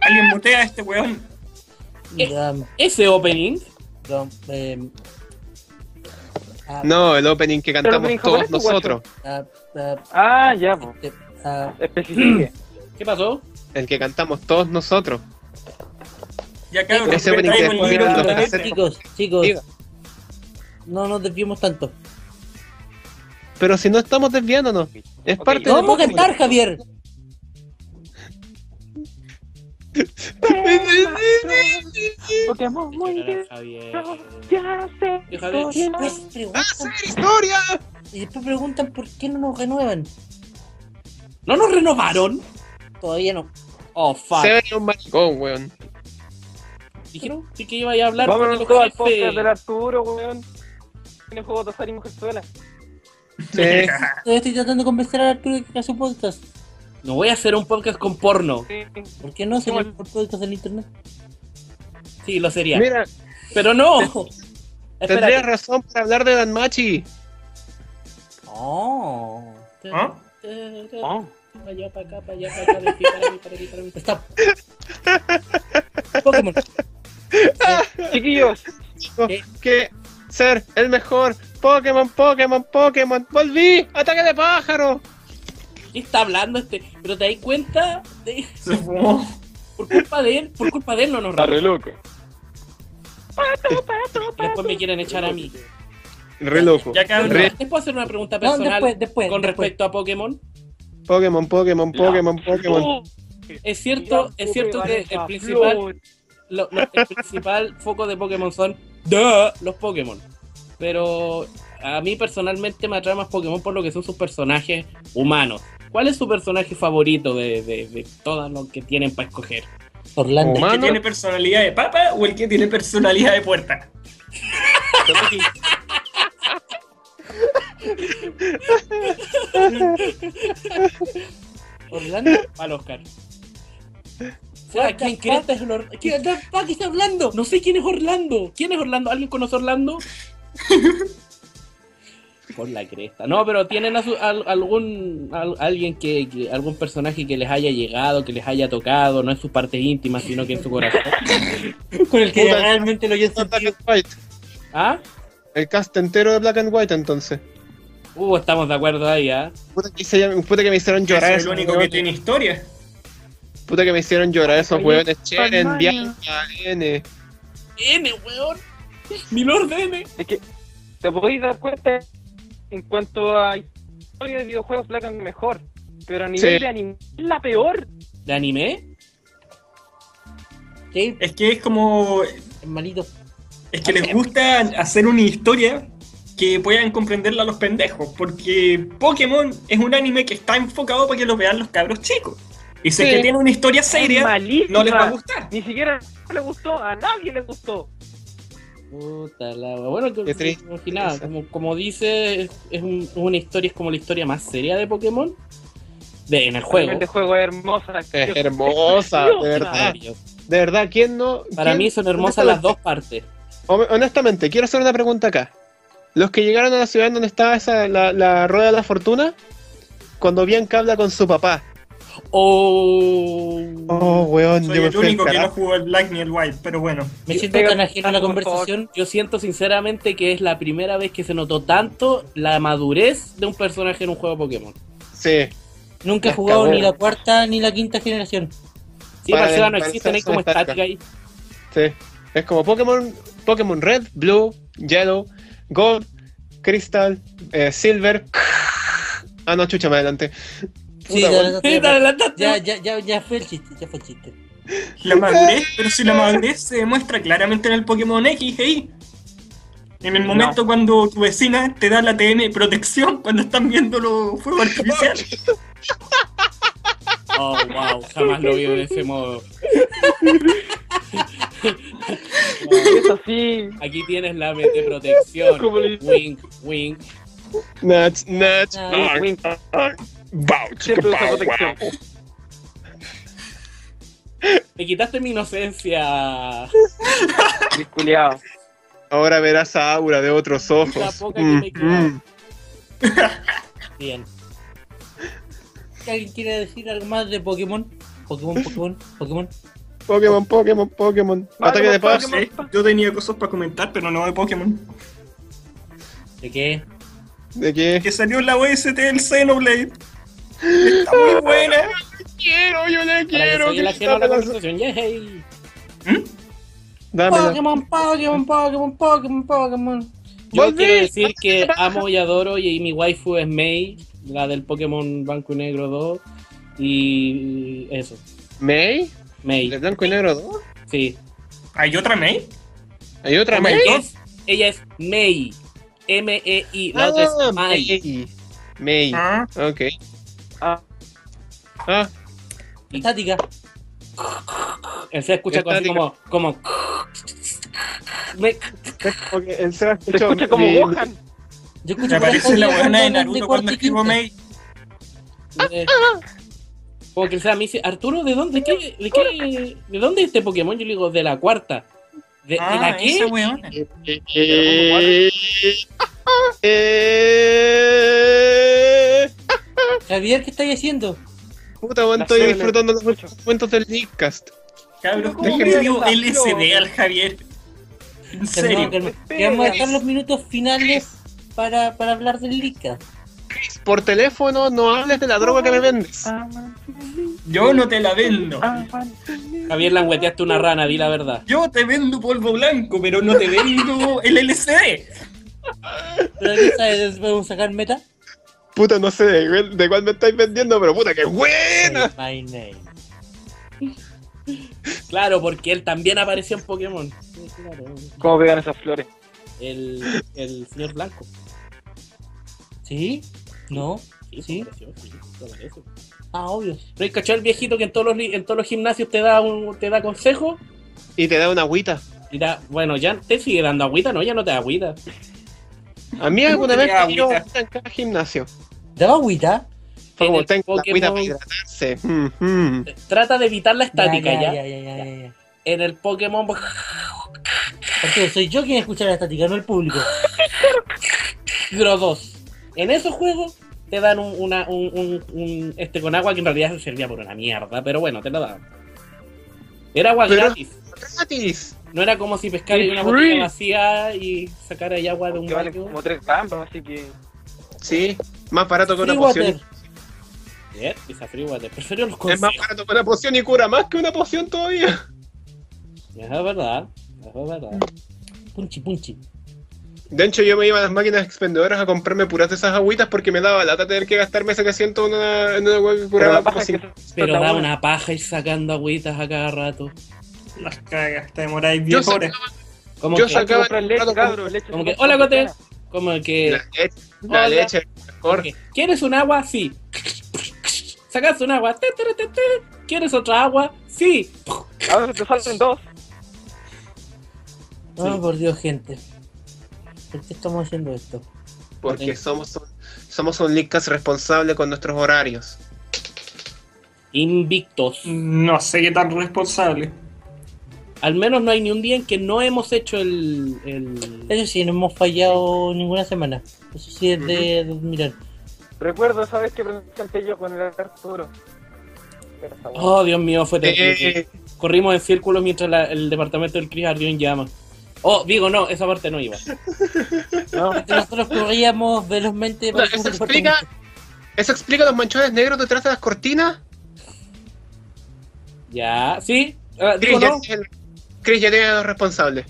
[SPEAKER 6] Alguien mutea a este weón.
[SPEAKER 2] Ya,
[SPEAKER 3] Ese opening,
[SPEAKER 2] perdón, eh, ah,
[SPEAKER 4] No, el opening que
[SPEAKER 5] Pero
[SPEAKER 4] cantamos
[SPEAKER 5] opening
[SPEAKER 4] todos
[SPEAKER 5] japonés, guacho.
[SPEAKER 4] nosotros.
[SPEAKER 2] ah, ah,
[SPEAKER 5] Ah, ya, po.
[SPEAKER 2] este, ah,
[SPEAKER 5] Especifique.
[SPEAKER 3] ¿qué pasó?
[SPEAKER 4] El que cantamos todos nosotros.
[SPEAKER 6] Ya cabrón,
[SPEAKER 4] Ese opening
[SPEAKER 6] metáis
[SPEAKER 4] que
[SPEAKER 6] con libro
[SPEAKER 4] después vieron
[SPEAKER 6] de
[SPEAKER 4] los
[SPEAKER 6] planeta.
[SPEAKER 4] casetes.
[SPEAKER 2] chicos, chicos,
[SPEAKER 4] Diga.
[SPEAKER 2] no nos desviemos tanto.
[SPEAKER 4] Pero si no estamos desviándonos, es
[SPEAKER 5] Ok,
[SPEAKER 4] parte
[SPEAKER 2] No
[SPEAKER 4] del
[SPEAKER 2] vamos a
[SPEAKER 4] opening.
[SPEAKER 2] cantar, Javier.
[SPEAKER 5] Pokémon muy bien.
[SPEAKER 3] Javier.
[SPEAKER 5] Ya sé.
[SPEAKER 3] Yo, Javier.
[SPEAKER 2] Después preguntan,
[SPEAKER 4] ¡Hacer historia!
[SPEAKER 2] y después preguntan por qué no nos renuevan.
[SPEAKER 3] ¿No nos renovaron?
[SPEAKER 2] Todavía no.
[SPEAKER 3] Oh, fuck.
[SPEAKER 4] Se veía un maricón, weón.
[SPEAKER 3] Dijeron sí que iba a hablar con
[SPEAKER 5] Vámonos
[SPEAKER 3] los
[SPEAKER 5] todos al
[SPEAKER 3] jefes.
[SPEAKER 5] podcast del Arturo, weón. Tiene juego de azar y mujerzuela.
[SPEAKER 4] Sí.
[SPEAKER 2] Todavía estoy tratando de convencer a Arturo de que haga su podcast.
[SPEAKER 3] No voy a hacer un podcast con porno.
[SPEAKER 5] Sí.
[SPEAKER 2] ¿Por qué no sería el mejor podcast del internet?
[SPEAKER 3] Sí, lo sería.
[SPEAKER 4] Mira,
[SPEAKER 3] Pero no.
[SPEAKER 4] tendrías
[SPEAKER 3] Espérate.
[SPEAKER 4] razón para hablar de Danmachi.
[SPEAKER 2] Oh.
[SPEAKER 6] ¿Ah?
[SPEAKER 5] Oh.
[SPEAKER 3] Para allá, para acá, para allá, para acá, de aquí, para mí, para aquí, para mí.
[SPEAKER 2] Stop. Pokémon.
[SPEAKER 5] Chiquillos,
[SPEAKER 2] ¿Qué?
[SPEAKER 4] Que ser el mejor Pokémon, Pokémon, Pokémon. ¡Volví! ¡Ataque de pájaro!
[SPEAKER 3] ¿Qué está hablando este? Pero te das cuenta, De-
[SPEAKER 6] Se fumó.
[SPEAKER 3] por culpa de él, por culpa de él no nos renovaron.
[SPEAKER 5] loco.
[SPEAKER 3] Después me quieren echar a mí.
[SPEAKER 4] Re loco.
[SPEAKER 6] Ya cabrón.
[SPEAKER 4] Re-
[SPEAKER 3] ¿Les puedo hacer una pregunta
[SPEAKER 2] No,
[SPEAKER 3] personal
[SPEAKER 2] después, después.
[SPEAKER 3] con
[SPEAKER 2] después.
[SPEAKER 3] respecto a Pokémon?
[SPEAKER 4] Pokémon, Pokémon, Pokémon, Pokémon.
[SPEAKER 3] Es cierto, es cierto que el principal, lo- lo- el principal foco de Pokémon son ¡duh! los Pokémon. Pero a mí personalmente me atrae más Pokémon por lo que son sus personajes humanos. ¿Cuál es su personaje favorito de, de, de todos los que tienen para escoger?
[SPEAKER 2] Orlando.
[SPEAKER 6] ¿El que
[SPEAKER 4] Humano.
[SPEAKER 6] tiene personalidad de papa o el que tiene personalidad de puerta?
[SPEAKER 2] Orlando.
[SPEAKER 3] Para Oscar. O sea,
[SPEAKER 2] What
[SPEAKER 3] ¿quién
[SPEAKER 2] the
[SPEAKER 3] crees
[SPEAKER 2] fuck? ¿Qué the fuck está hablando?
[SPEAKER 3] No sé quién es Orlando. ¿Quién es Orlando? ¿Alguien conoce a Orlando? Por la cresta. No, pero tienen a su- al- algún al- alguien que, que- algún personaje que les haya llegado, que les haya tocado, no en sus partes íntimas, sino que en su corazón.
[SPEAKER 2] Con el que
[SPEAKER 4] Puta,
[SPEAKER 2] realmente lo hayan
[SPEAKER 4] Black
[SPEAKER 2] sentido.
[SPEAKER 4] and White.
[SPEAKER 3] ¿Ah?
[SPEAKER 4] El cast entero de Black and White, entonces.
[SPEAKER 3] Uh, estamos de acuerdo ahí, ¿ah?
[SPEAKER 4] Puta que, se- puta que me hicieron
[SPEAKER 6] Yo
[SPEAKER 4] llorar
[SPEAKER 6] soy el
[SPEAKER 4] esos
[SPEAKER 6] único que
[SPEAKER 4] weones.
[SPEAKER 6] tiene historia.
[SPEAKER 4] Puta que me hicieron llorar esos hueones. Cheren, Bianca, N.
[SPEAKER 3] N, weón. Milord N.
[SPEAKER 5] Es que te podéis dar cuenta en cuanto a historia de videojuegos, Black and mejor. Pero a nivel
[SPEAKER 4] Sí.
[SPEAKER 5] de anime, es la peor.
[SPEAKER 3] ¿De anime?
[SPEAKER 2] Sí,
[SPEAKER 6] Es que es como.
[SPEAKER 2] hermanito.
[SPEAKER 6] Es que les gusta hacer una historia que puedan comprenderla a los pendejos. Porque Pokémon es un anime que está enfocado para que lo vean los cabros chicos. Y si es
[SPEAKER 4] Sí.
[SPEAKER 6] que tiene una historia
[SPEAKER 5] Es
[SPEAKER 6] seria,
[SPEAKER 5] malísima.
[SPEAKER 6] no les va a gustar.
[SPEAKER 5] Ni siquiera le gustó, a nadie le gustó.
[SPEAKER 3] Puta la wea. Bueno, que
[SPEAKER 4] Qué triste.
[SPEAKER 3] me imaginaba. Como, como dice, es, es un- una historia, es como la historia más seria de Pokémon. De, en el juego.
[SPEAKER 5] Este juego es hermosa.
[SPEAKER 4] Es hermosa, de verdad.
[SPEAKER 3] Maravilloso.
[SPEAKER 4] De verdad, ¿quién no?
[SPEAKER 3] Para
[SPEAKER 4] quién-
[SPEAKER 3] mí son hermosas las dos partes.
[SPEAKER 4] Hon- Honestamente, quiero hacer una pregunta acá. Los que llegaron a la ciudad donde estaba esa, la, la rueda de la fortuna, cuando Bianca habla con su papá.
[SPEAKER 3] Oh,
[SPEAKER 4] Oh, weón,
[SPEAKER 6] Soy
[SPEAKER 4] yo me
[SPEAKER 6] el
[SPEAKER 4] fui al
[SPEAKER 6] único que no
[SPEAKER 4] carajo.
[SPEAKER 6] jugó el Black ni el White, pero bueno.
[SPEAKER 2] Me siento
[SPEAKER 5] Pega-
[SPEAKER 2] tan ajeno a la
[SPEAKER 5] por favor.
[SPEAKER 2] conversación.
[SPEAKER 3] Yo siento sinceramente que es la primera vez que se notó tanto la madurez de un personaje en un juego Pokémon.
[SPEAKER 4] Sí,
[SPEAKER 2] Nunca he
[SPEAKER 4] Las
[SPEAKER 2] jugado
[SPEAKER 4] cagó.
[SPEAKER 2] ni la cuarta ni la quinta generación.
[SPEAKER 3] Sí,
[SPEAKER 4] Para
[SPEAKER 3] Marcela no
[SPEAKER 4] ver,
[SPEAKER 3] existen, hay
[SPEAKER 4] Marcela
[SPEAKER 3] como
[SPEAKER 4] es táctica.
[SPEAKER 3] estática ahí.
[SPEAKER 4] sí. Es como Pokémon, Pokémon Red, Blue, Yellow, Gold, Crystal, eh, Silver. Ah, no, chucha, más adelante.
[SPEAKER 2] Sí,
[SPEAKER 4] Puta,
[SPEAKER 2] ya,
[SPEAKER 4] weón.
[SPEAKER 2] ya-
[SPEAKER 3] Sí, te adelantaste.
[SPEAKER 2] ya, ya, ya, ya fue el chiste, ya fue el chiste.
[SPEAKER 6] La madurez, pero si la madurez se demuestra claramente en el Pokémon X, hey. En el momento cuando tu vecina te da la TN protección cuando están viendo los fuegos artificiales.
[SPEAKER 3] Oh, wow, jamás lo vi de ese modo.
[SPEAKER 5] Es así.
[SPEAKER 3] Aquí tienes la mente protección.
[SPEAKER 5] ¿Cómo le dice?
[SPEAKER 3] Wink, wink.
[SPEAKER 4] Nuts, nuts,
[SPEAKER 2] Ah.
[SPEAKER 4] arg,
[SPEAKER 5] Wink.
[SPEAKER 4] arg, bow,
[SPEAKER 5] Siempre usa
[SPEAKER 4] bow,
[SPEAKER 5] protección.
[SPEAKER 4] wow.
[SPEAKER 3] Me quitaste mi inocencia.
[SPEAKER 5] Disculeado.
[SPEAKER 4] Ahora verás a Aura de otros ojos. Mm,
[SPEAKER 3] La poca que me queda. Bien.
[SPEAKER 2] ¿Alguien quiere decir algo más de Pokémon? Pokémon, Pokémon, Pokémon.
[SPEAKER 4] Pokémon, Pokémon, Pokémon. Ataque de paz.
[SPEAKER 6] Sí, Yo tenía cosas para comentar, pero no de Pokémon.
[SPEAKER 3] ¿De qué?
[SPEAKER 4] ¿De qué?
[SPEAKER 6] Que salió en la OST el Xenoblade. Está muy buena.
[SPEAKER 4] Quiero, yo le
[SPEAKER 3] Para que se
[SPEAKER 4] quiero.
[SPEAKER 3] oye
[SPEAKER 4] que
[SPEAKER 3] la gente a la
[SPEAKER 4] dámela,
[SPEAKER 3] conversación. Yay.
[SPEAKER 6] ¿Mm?
[SPEAKER 4] dámela.
[SPEAKER 2] Pokémon, Pokémon, Pokémon, Pokémon, Pokémon.
[SPEAKER 3] Yo
[SPEAKER 4] Volví.
[SPEAKER 3] quiero decir que amo y adoro y mi waifu es Mei, la del Pokémon Banco y Negro 2. Y eso,
[SPEAKER 4] ¿May? ¿De
[SPEAKER 3] Mei,
[SPEAKER 4] blanco y negro 2?
[SPEAKER 3] sí.
[SPEAKER 6] ¿Hay otra May?
[SPEAKER 4] ¿Hay otra May?
[SPEAKER 3] Es- ella es Mei, M-E-I, la otra
[SPEAKER 4] Ah,
[SPEAKER 3] es Mai.
[SPEAKER 4] May. May.
[SPEAKER 6] Ah,
[SPEAKER 4] Ok.
[SPEAKER 5] Ah.
[SPEAKER 4] Ah,
[SPEAKER 2] Estática.
[SPEAKER 3] Se escucha cosas como, como. Me-
[SPEAKER 4] es como que el Seba
[SPEAKER 5] Se escucha como
[SPEAKER 4] mi-
[SPEAKER 5] Gohan.
[SPEAKER 2] Yo
[SPEAKER 6] me
[SPEAKER 2] escucho
[SPEAKER 6] parece la buena de
[SPEAKER 2] canciones
[SPEAKER 6] Naruto
[SPEAKER 2] cuarta
[SPEAKER 6] cuando
[SPEAKER 2] y
[SPEAKER 6] escribo
[SPEAKER 2] quinta.
[SPEAKER 6] May.
[SPEAKER 3] eh, como que el Sam me dice, Arturo, ¿de dónde, qué- de, qué- de dónde es este Pokémon? Yo le digo, de la cuarta. ¿De, de la
[SPEAKER 6] Ah,
[SPEAKER 3] qué?
[SPEAKER 6] esa weona.
[SPEAKER 4] Eh, eh,
[SPEAKER 2] Javier, ¿qué estáis haciendo?
[SPEAKER 4] Puta, man,
[SPEAKER 5] La
[SPEAKER 4] estoy
[SPEAKER 5] célula.
[SPEAKER 4] disfrutando los momentos del Leadcast.
[SPEAKER 6] Cabros,
[SPEAKER 5] Pero
[SPEAKER 6] ¿cómo
[SPEAKER 5] ¿cómo
[SPEAKER 6] me
[SPEAKER 5] me
[SPEAKER 6] dio
[SPEAKER 5] la-
[SPEAKER 6] LSD al Javier? En
[SPEAKER 2] Calmado,
[SPEAKER 6] serio.
[SPEAKER 2] calmado.
[SPEAKER 5] Espera.
[SPEAKER 2] Que vamos a dejar los minutos finales para, para hablar del Lika.
[SPEAKER 4] Por teléfono no hables de la droga que me vendes.
[SPEAKER 2] Ah.
[SPEAKER 6] Yo no te la vendo.
[SPEAKER 3] Javier, langueteaste una rana, di la verdad.
[SPEAKER 6] Yo te vendo polvo blanco, pero no te vendo el LSD.
[SPEAKER 2] Pero ¿qué sabes de dónde podemos sacar meta?
[SPEAKER 4] Puta, no sé de, cuál- de cuál me estáis vendiendo, pero puta, que buena.
[SPEAKER 2] Say My name.
[SPEAKER 3] Claro, porque él también apareció en Pokémon. Sí, claro.
[SPEAKER 5] ¿Cómo pegan esas flores?
[SPEAKER 3] El, el señor blanco.
[SPEAKER 2] ¿Sí? ¿No? ¿Sí?
[SPEAKER 3] apareció, sí, aparece.
[SPEAKER 2] Ah, obvio.
[SPEAKER 3] ¿No hay cachado el viejito que en todos los, li- en todos los gimnasios te da, un, te da consejo?
[SPEAKER 4] Y te da una agüita.
[SPEAKER 3] Y da, bueno, ya te sigue dando agüita, ¿no? Ya no te da agüita.
[SPEAKER 4] A mí alguna
[SPEAKER 6] te
[SPEAKER 4] vez
[SPEAKER 6] da
[SPEAKER 4] me dio
[SPEAKER 6] agüita?
[SPEAKER 4] agüita en cada gimnasio.
[SPEAKER 2] ¿Daba agüita?
[SPEAKER 4] Fue
[SPEAKER 3] En
[SPEAKER 4] como,
[SPEAKER 3] el
[SPEAKER 4] tengo una agüita para
[SPEAKER 3] Pokémon-
[SPEAKER 4] hidratarse. Mm, mm.
[SPEAKER 3] Trata de evitar la estática ya.
[SPEAKER 2] Ya, ya, ya, ya, ya, ya.
[SPEAKER 3] En el Pokémon.
[SPEAKER 2] Porque soy yo quien escucha la estática, no el público.
[SPEAKER 3] Hydro 2. En esos juegos te dan un, una, un, un- un- este con agua que en realidad servía por una mierda, pero bueno, te la daban. Era agua
[SPEAKER 4] Pero-
[SPEAKER 3] gratis.
[SPEAKER 4] ¡Gratis!
[SPEAKER 3] No era como si pescara
[SPEAKER 5] Es
[SPEAKER 3] una botella
[SPEAKER 5] free.
[SPEAKER 3] vacía y sacara ahí agua de un
[SPEAKER 5] Que valen
[SPEAKER 3] baño.
[SPEAKER 5] como tres gambas, así que.
[SPEAKER 4] Sí, más barato que una
[SPEAKER 2] Free
[SPEAKER 4] poción.
[SPEAKER 2] water.
[SPEAKER 3] Bien, esa free water. Prefiero los
[SPEAKER 4] Es más
[SPEAKER 3] consejos.
[SPEAKER 4] barato que una poción y cura más que una poción todavía.
[SPEAKER 3] Es verdad. Es verdad. Mm.
[SPEAKER 2] Punchi, punchi.
[SPEAKER 4] De hecho, yo me iba a las máquinas expendedoras a comprarme puras de esas agüitas porque me daba lata tener que gastarme 700 en una, en una hueá que
[SPEAKER 5] Pero
[SPEAKER 4] curaba
[SPEAKER 5] la paja
[SPEAKER 4] como
[SPEAKER 5] es que
[SPEAKER 4] cinco.
[SPEAKER 5] esa-
[SPEAKER 3] Pero
[SPEAKER 5] esa
[SPEAKER 3] da
[SPEAKER 5] buena.
[SPEAKER 3] una paja ir sacando agüitas a cada rato.
[SPEAKER 6] Las cagas, te demoráis
[SPEAKER 4] Yo
[SPEAKER 6] 10 horas.
[SPEAKER 3] Como
[SPEAKER 4] Yo
[SPEAKER 3] que,
[SPEAKER 4] sac-
[SPEAKER 5] Compra leche,
[SPEAKER 4] Rato,
[SPEAKER 5] cabros, leche.
[SPEAKER 3] como
[SPEAKER 5] no
[SPEAKER 3] que,
[SPEAKER 5] compra
[SPEAKER 3] hola, Cote.
[SPEAKER 5] cana.
[SPEAKER 3] Como que.
[SPEAKER 4] La leche, la
[SPEAKER 3] Hola.
[SPEAKER 4] leche mejor.
[SPEAKER 3] Porque, ¿Quieres un agua? Sí. ¿Sacas un agua? Te, te, te, te. ¿Quieres otra agua? Sí.
[SPEAKER 5] Ahora te salen dos.
[SPEAKER 2] No,
[SPEAKER 3] Sí.
[SPEAKER 2] Ah, por Dios, gente. ¿Por qué estamos haciendo esto?
[SPEAKER 4] Porque somos un, somos un Leadcast responsable con nuestros horarios.
[SPEAKER 3] Invictos.
[SPEAKER 6] No sé qué tan responsable.
[SPEAKER 3] Al menos no hay ni un día en que no hemos hecho el. el...
[SPEAKER 2] Eso sí, no hemos fallado ninguna semana. Eso sí es de, de admirar.
[SPEAKER 5] Recuerdo esa vez que presenté yo con el Arturo. Pero esa buena.
[SPEAKER 3] Oh, Dios mío, fue terrible.
[SPEAKER 4] Eh,
[SPEAKER 3] Corrimos en círculos mientras la- el departamento del Chris ardió en llamas. Oh, digo, no, esa parte no iba.
[SPEAKER 5] No,
[SPEAKER 2] Nosotros corríamos velozmente
[SPEAKER 4] puta,
[SPEAKER 2] por
[SPEAKER 4] ¿Eso
[SPEAKER 2] el
[SPEAKER 4] explica? ¿Eso explica los manchones negros detrás de las cortinas?
[SPEAKER 3] Ya, sí. Ah, digo,
[SPEAKER 4] Chris,
[SPEAKER 3] no.
[SPEAKER 4] ya, Chris, ya tiene a los responsables.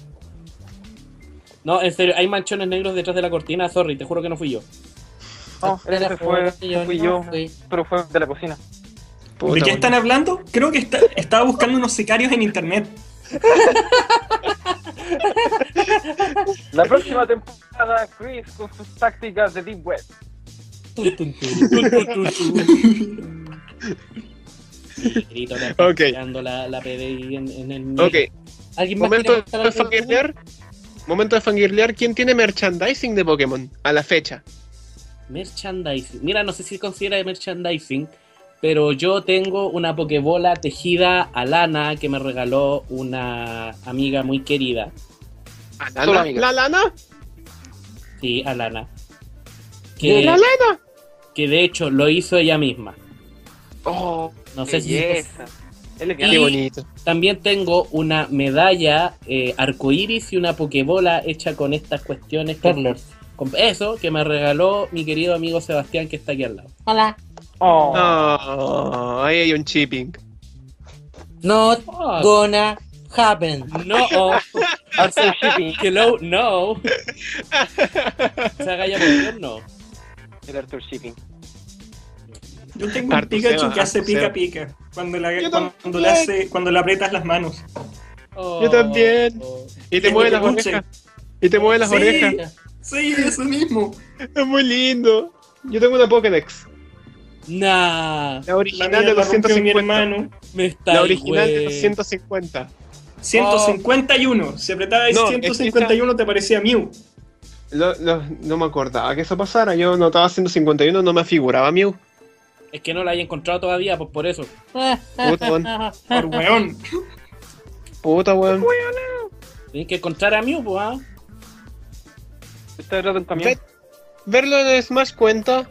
[SPEAKER 3] no, en serio, hay manchones negros detrás de la cortina. Sorry, te juro que no fui yo.
[SPEAKER 5] no, Ah, ese fue, fui yo, pero fue de la cocina.
[SPEAKER 6] ¿De
[SPEAKER 4] Puta,
[SPEAKER 6] qué
[SPEAKER 4] weón.
[SPEAKER 6] están hablando? Creo que está- estaba buscando unos sicarios en internet.
[SPEAKER 5] La próxima temporada, Chris con sus tácticas de Deep Web.
[SPEAKER 2] Tun, tun, tun.
[SPEAKER 3] Grito,
[SPEAKER 4] Ok.
[SPEAKER 3] dando la, la PDI en, en el.
[SPEAKER 4] Ok,
[SPEAKER 2] ¿Alguien más quiere
[SPEAKER 4] momento
[SPEAKER 2] comentar
[SPEAKER 4] de
[SPEAKER 2] algo sobre el tema?
[SPEAKER 4] fangirlear. Momento de fangirlear. ¿Quién tiene merchandising de Pokémon a la fecha?
[SPEAKER 3] Merchandising. Mira, no sé si considera de merchandising, pero yo tengo una pokebola tejida a lana que me regaló una amiga muy querida.
[SPEAKER 7] Solo
[SPEAKER 4] ¿Lana?
[SPEAKER 7] amiga.
[SPEAKER 4] Ah, ¿La lana?
[SPEAKER 3] Sí, a lana.
[SPEAKER 2] ¿De
[SPEAKER 3] Que,
[SPEAKER 4] ¿La lana?
[SPEAKER 3] que de hecho lo hizo ella misma.
[SPEAKER 7] Oh,
[SPEAKER 3] No sé si
[SPEAKER 7] belleza. Es
[SPEAKER 4] Qué
[SPEAKER 3] Y-
[SPEAKER 7] lesbiana.
[SPEAKER 4] bonito.
[SPEAKER 3] También tengo una medalla eh, arcoíris y una pokebola hecha con estas cuestiones. que-
[SPEAKER 2] Perlers.
[SPEAKER 3] con eso que me regaló mi querido amigo Sebastián que está aquí al lado.
[SPEAKER 2] Hola.
[SPEAKER 5] Oh,
[SPEAKER 4] Oh, ahí hay un chipping.
[SPEAKER 2] Not
[SPEAKER 4] Oh,
[SPEAKER 3] Ah,
[SPEAKER 2] gonna happen.
[SPEAKER 3] No, oh,
[SPEAKER 5] I'm so shipping.
[SPEAKER 3] hello, no. Se haga ya por no.
[SPEAKER 7] El Arthur Shipping.
[SPEAKER 6] Yo tengo un
[SPEAKER 4] Harto
[SPEAKER 6] Pikachu
[SPEAKER 4] Seba,
[SPEAKER 6] que hace
[SPEAKER 4] harto Seba.
[SPEAKER 6] pica pica. Cuando la,
[SPEAKER 4] Yo
[SPEAKER 6] cuando,
[SPEAKER 4] también.
[SPEAKER 6] la hace, cuando le aprietas las manos.
[SPEAKER 3] Oh,
[SPEAKER 4] Yo también.
[SPEAKER 3] oh.
[SPEAKER 4] Y te
[SPEAKER 6] Tengo
[SPEAKER 4] mueve las
[SPEAKER 6] peluche.
[SPEAKER 4] orejas. Y te mueve las
[SPEAKER 6] Sí.
[SPEAKER 4] orejas.
[SPEAKER 6] Sí, eso mismo.
[SPEAKER 4] Es muy lindo. Yo tengo una Pokédex.
[SPEAKER 3] Nah,
[SPEAKER 4] La
[SPEAKER 6] La
[SPEAKER 4] original
[SPEAKER 6] mía
[SPEAKER 4] de
[SPEAKER 6] la
[SPEAKER 4] los
[SPEAKER 6] rompió mi
[SPEAKER 4] 150.
[SPEAKER 6] hermano.
[SPEAKER 3] me está
[SPEAKER 4] La original de
[SPEAKER 3] güey.
[SPEAKER 4] los 150.
[SPEAKER 6] 151. Si apretabas
[SPEAKER 4] No,
[SPEAKER 6] 151 te parecía Mew.
[SPEAKER 4] Lo- lo- no me acordaba que eso pasara. Yo notaba 151, no me figuraba Mew.
[SPEAKER 3] Es que no la haya encontrado todavía, pues por eso.
[SPEAKER 4] Puta,
[SPEAKER 6] Por weón.
[SPEAKER 4] Puta, weón.
[SPEAKER 3] Tienes que encontrar a Mew, pues. ah.
[SPEAKER 5] Estoy hablando en camión.
[SPEAKER 4] Ve- verlo en Smash cuenta.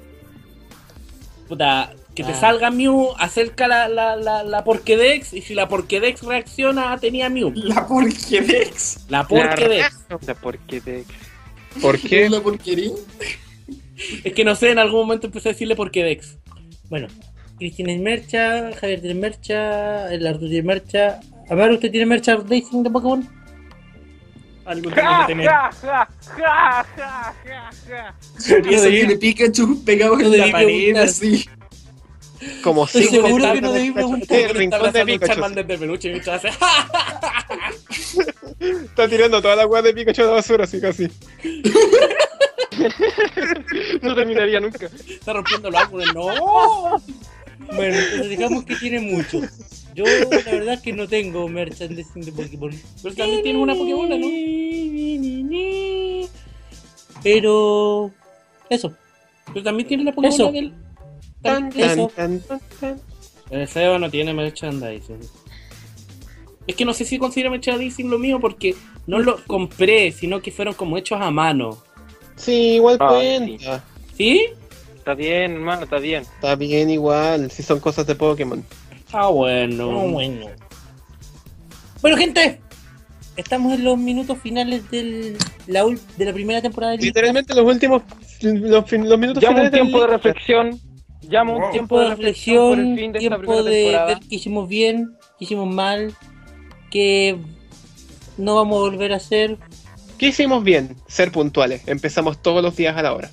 [SPEAKER 3] Puta, que te
[SPEAKER 2] Ah.
[SPEAKER 3] salga Mew, acerca la, la, la, la Porkedex y si la Porkedex reacciona, tenía Mew.
[SPEAKER 6] La porquedex.
[SPEAKER 3] La Porkedex.
[SPEAKER 7] La porquedex.
[SPEAKER 4] ¿Por qué?
[SPEAKER 6] La porquería.
[SPEAKER 3] Es que no sé, en algún momento empecé a decirle Porkedex.
[SPEAKER 2] Bueno, Cristina es mercha, Javier tiene mercha, el Arturo tiene mercha. A ver, ¿usted tiene mercha racing de Pokémon?
[SPEAKER 6] Algo tiene que
[SPEAKER 5] Ja,
[SPEAKER 6] tener.
[SPEAKER 5] ja, ja, ja, ja, ja, ja.
[SPEAKER 6] Sobre
[SPEAKER 2] Yo
[SPEAKER 6] eso
[SPEAKER 2] debí-
[SPEAKER 6] tiene Pikachu pegados
[SPEAKER 2] yo
[SPEAKER 6] en la
[SPEAKER 2] debí
[SPEAKER 6] pared,
[SPEAKER 2] preguntar.
[SPEAKER 6] así.
[SPEAKER 4] Como
[SPEAKER 2] Estoy
[SPEAKER 4] cinco
[SPEAKER 2] seguro
[SPEAKER 4] tardes
[SPEAKER 2] que no
[SPEAKER 4] de
[SPEAKER 2] debí
[SPEAKER 4] Pikachu.
[SPEAKER 2] preguntar.
[SPEAKER 4] Sí,
[SPEAKER 3] Me
[SPEAKER 4] el
[SPEAKER 3] está
[SPEAKER 4] rincón
[SPEAKER 3] abrazando
[SPEAKER 4] de
[SPEAKER 3] un
[SPEAKER 4] Pikachu.
[SPEAKER 3] Charmander de peluche y mientras hace,
[SPEAKER 4] Está tirando toda la weá de Pikachu a la basura, así casi.
[SPEAKER 7] No terminaría nunca.
[SPEAKER 3] está rompiendo los árboles. ¡No!
[SPEAKER 2] Bueno, entonces digamos que tiene mucho. Yo la verdad es que no tengo merchandising de Pokémon.
[SPEAKER 3] Pero también tiene una Pokébola, ¿no?
[SPEAKER 2] Pero eso,
[SPEAKER 3] Pero también tiene la Pokébola
[SPEAKER 2] Eso.
[SPEAKER 3] del.
[SPEAKER 4] Tan,
[SPEAKER 2] eso.
[SPEAKER 4] tan, tan, tan, tan.
[SPEAKER 3] El Seba no tiene merchandising. Es que no sé si considero merchandising lo mío porque no lo compré, sino que fueron como hechos a mano.
[SPEAKER 4] Sí, igual
[SPEAKER 7] Ah,
[SPEAKER 4] cuenta.
[SPEAKER 3] ¿Sí?
[SPEAKER 7] Está bien, hermano, está bien.
[SPEAKER 4] Está bien igual, si son cosas de Pokémon.
[SPEAKER 3] Ah, bueno. Eh,
[SPEAKER 2] Ah, bueno. Bueno, gente, estamos en los minutos finales del, la ul- de la primera temporada del
[SPEAKER 4] Literalmente los últimos, los, fin- los minutos
[SPEAKER 5] Llamo un
[SPEAKER 4] finales del-
[SPEAKER 5] tiempo de reflexión. Llamo
[SPEAKER 6] Wow.
[SPEAKER 5] un tiempo de reflexión por el fin de esta
[SPEAKER 2] tiempo
[SPEAKER 5] primera
[SPEAKER 2] de
[SPEAKER 5] temporada.
[SPEAKER 2] ver qué hicimos bien, qué hicimos mal, que no vamos a volver a hacer.
[SPEAKER 4] ¿Qué hicimos bien? Ser puntuales. Empezamos todos los días a la hora.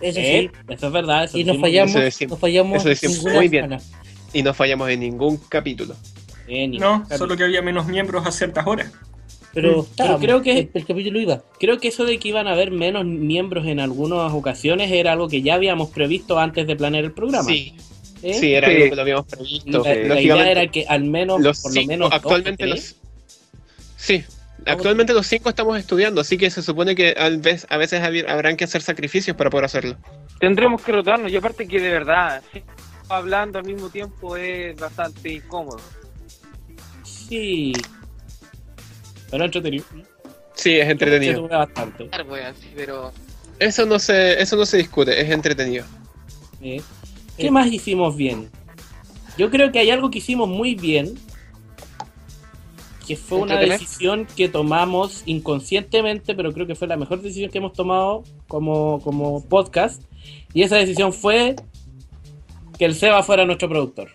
[SPEAKER 2] Eso
[SPEAKER 3] Eh,
[SPEAKER 2] sí,
[SPEAKER 3] Eso es verdad. Eso
[SPEAKER 2] y nos
[SPEAKER 3] sí,
[SPEAKER 2] fallamos,
[SPEAKER 4] Eso decimos.
[SPEAKER 2] nos fallamos
[SPEAKER 4] Eso decimos.
[SPEAKER 2] ninguna
[SPEAKER 4] Muy bien.
[SPEAKER 2] semana.
[SPEAKER 4] Y no fallamos en ningún capítulo.
[SPEAKER 3] eh, ni-
[SPEAKER 6] No, solo que había menos miembros a ciertas horas.
[SPEAKER 2] Pero, estábamos,
[SPEAKER 3] creo que-
[SPEAKER 2] el, el capítulo iba.
[SPEAKER 3] Creo que eso de que iban a haber menos miembros en algunas ocasiones era algo que ya habíamos previsto antes de planear el programa.
[SPEAKER 4] Sí,
[SPEAKER 3] ¿eh?
[SPEAKER 4] sí, era
[SPEAKER 7] Sí.
[SPEAKER 4] algo que lo habíamos previsto.
[SPEAKER 3] La, la idea
[SPEAKER 4] Lógicamente,
[SPEAKER 3] era que al menos,
[SPEAKER 4] los
[SPEAKER 3] por lo
[SPEAKER 4] cinco-
[SPEAKER 3] menos, dos o
[SPEAKER 4] actualmente
[SPEAKER 3] tres,
[SPEAKER 4] los... Sí, actualmente los cinco estamos estudiando, así que se supone que a veces, a veces habi- habrán que hacer sacrificios para poder hacerlo.
[SPEAKER 5] Tendremos que rotarnos. Y aparte que de verdad, sí, hablando al mismo tiempo es bastante incómodo.
[SPEAKER 3] Sí. Pero entretenido.
[SPEAKER 4] Sí, es entretenido.
[SPEAKER 3] Entretuve bastante.
[SPEAKER 7] Ah, weón, sí, pero.
[SPEAKER 4] Eso no se, eso no se discute, es entretenido.
[SPEAKER 3] ¿eh? ¿Qué más hicimos bien? Yo creo que hay algo que hicimos muy bien, que fue una
[SPEAKER 7] Entretener.
[SPEAKER 3] decisión que tomamos inconscientemente, pero creo que fue la mejor decisión que hemos tomado como, como podcast. Y esa decisión fue que el Seba fuera nuestro productor.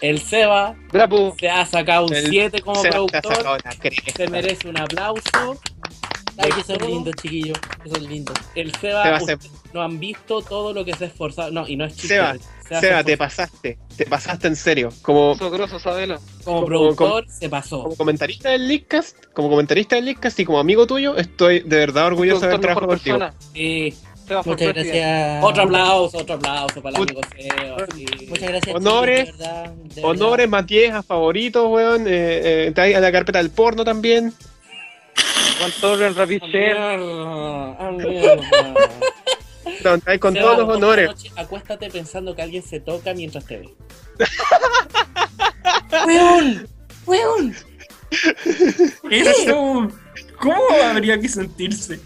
[SPEAKER 3] El Seba
[SPEAKER 7] Bravo.
[SPEAKER 3] se ha sacado un
[SPEAKER 4] El
[SPEAKER 3] 7 como
[SPEAKER 4] Se- se ha
[SPEAKER 3] productor.
[SPEAKER 4] sacado la cresta.
[SPEAKER 3] Se merece un aplauso.
[SPEAKER 2] Ay, que son lindos, chiquillos. Que son lindos.
[SPEAKER 3] El Seba,
[SPEAKER 4] Seba,
[SPEAKER 3] usted- no han visto todo lo que se ha esforzado. No, y no es chiste.
[SPEAKER 4] Seba,
[SPEAKER 3] se ha
[SPEAKER 4] Seba, te
[SPEAKER 3] esforzado.
[SPEAKER 4] pasaste. Te pasaste en serio. Como,
[SPEAKER 7] Grosso, grosso, sabelo.
[SPEAKER 3] como
[SPEAKER 4] como-
[SPEAKER 3] productor se pasó.
[SPEAKER 4] como comentarista del Leadcast, como comentarista del Leadcast y como amigo tuyo, estoy de verdad orgulloso de haber
[SPEAKER 7] Doctor
[SPEAKER 4] trabajado
[SPEAKER 7] mejor
[SPEAKER 4] contigo.
[SPEAKER 7] persona.
[SPEAKER 3] Sí.
[SPEAKER 7] Seba for
[SPEAKER 2] Muchas
[SPEAKER 7] president.
[SPEAKER 2] gracias.
[SPEAKER 3] Otro aplauso, otro aplauso para el
[SPEAKER 4] Ut-
[SPEAKER 3] amigo Seba. sí.
[SPEAKER 2] Muchas gracias.
[SPEAKER 4] Honores.
[SPEAKER 2] chicos, de verdad, de verdad.
[SPEAKER 4] Honores, Matías, favoritos, weón. Eh, eh, está ahí a la carpeta del porno también.
[SPEAKER 7] Juan Torres, Rapid
[SPEAKER 3] Ah,
[SPEAKER 7] Share.
[SPEAKER 3] mierda, ah, mierda.
[SPEAKER 4] Está ahí con
[SPEAKER 3] Seba,
[SPEAKER 4] todos los
[SPEAKER 3] por la
[SPEAKER 4] honores.
[SPEAKER 3] noche, acuéstate pensando que alguien se toca mientras te ve.
[SPEAKER 2] ¡Weón! ¡Weón!
[SPEAKER 6] Eso. ¿Cómo habría que sentirse?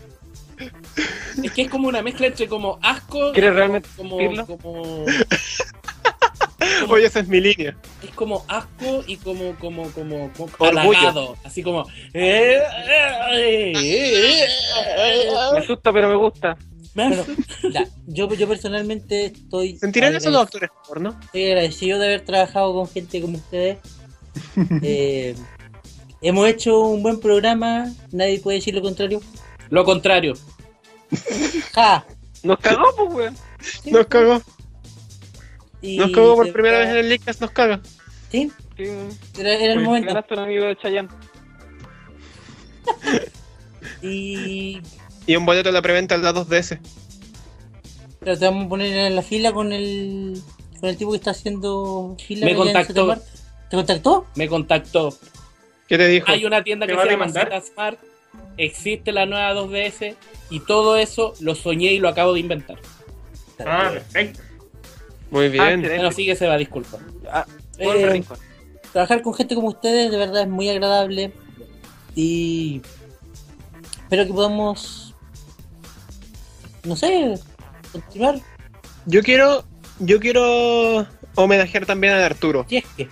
[SPEAKER 3] Es que es como una mezcla entre como asco
[SPEAKER 7] ¿Quieres realmente
[SPEAKER 3] como,
[SPEAKER 7] sentirlo?
[SPEAKER 3] como
[SPEAKER 4] Oye, esa es mi línea.
[SPEAKER 3] es como asco y como como como, como
[SPEAKER 4] Orgullo.
[SPEAKER 3] halagado. así como eh, eh, eh, eh, eh.
[SPEAKER 7] Me asusta, pero me gusta.
[SPEAKER 3] Me
[SPEAKER 2] Bueno,
[SPEAKER 3] hace-
[SPEAKER 2] ya, yo, yo personalmente estoy.
[SPEAKER 4] ¿Sentirán eso los
[SPEAKER 2] agradecido-
[SPEAKER 4] actores porno?
[SPEAKER 2] Estoy agradecido de haber trabajado con gente como ustedes. Eh, hemos hecho un buen programa. Nadie puede decir lo contrario.
[SPEAKER 3] lo contrario
[SPEAKER 2] ¡Ja!
[SPEAKER 7] Nos cagó, pues, weón.
[SPEAKER 4] Nos cagó.
[SPEAKER 2] Y
[SPEAKER 4] Nos cagó por
[SPEAKER 2] de
[SPEAKER 4] primera vez en
[SPEAKER 2] verdad-
[SPEAKER 4] el Leadcast, nos caga.
[SPEAKER 2] Sí,
[SPEAKER 7] Sí, weón.
[SPEAKER 2] era, era el
[SPEAKER 6] Pues,
[SPEAKER 2] momento.
[SPEAKER 7] Ganaste un amigo de Chayanne.
[SPEAKER 2] Y
[SPEAKER 4] Y un boleto de la preventa al 2DS.
[SPEAKER 2] pero te vamos a poner en la fila con el, con el tipo que está haciendo fila.
[SPEAKER 3] Me
[SPEAKER 2] allá en
[SPEAKER 3] contactó.
[SPEAKER 2] Soto Mar. ¿Te contactó?
[SPEAKER 3] me contactó
[SPEAKER 4] ¿Qué te dijo?
[SPEAKER 3] hay una tienda
[SPEAKER 6] ¿Te
[SPEAKER 3] que
[SPEAKER 6] va
[SPEAKER 3] se
[SPEAKER 6] a
[SPEAKER 3] llama
[SPEAKER 6] demandar?
[SPEAKER 3] Zeta Smart existe la nueva 2DS y todo eso lo soñé y lo acabo de inventar
[SPEAKER 6] Ah, perfecto.
[SPEAKER 4] Muy
[SPEAKER 7] Ah,
[SPEAKER 4] bien.
[SPEAKER 7] excelente.
[SPEAKER 3] bueno sigue se va disculpa
[SPEAKER 7] Ah,
[SPEAKER 2] Eh,
[SPEAKER 7] Juan Rincón.
[SPEAKER 2] trabajar con gente como ustedes de verdad es muy agradable y espero que podamos no sé continuar
[SPEAKER 4] Ah, Yo quiero. Yo quiero homenajear también a Arturo.
[SPEAKER 2] si es que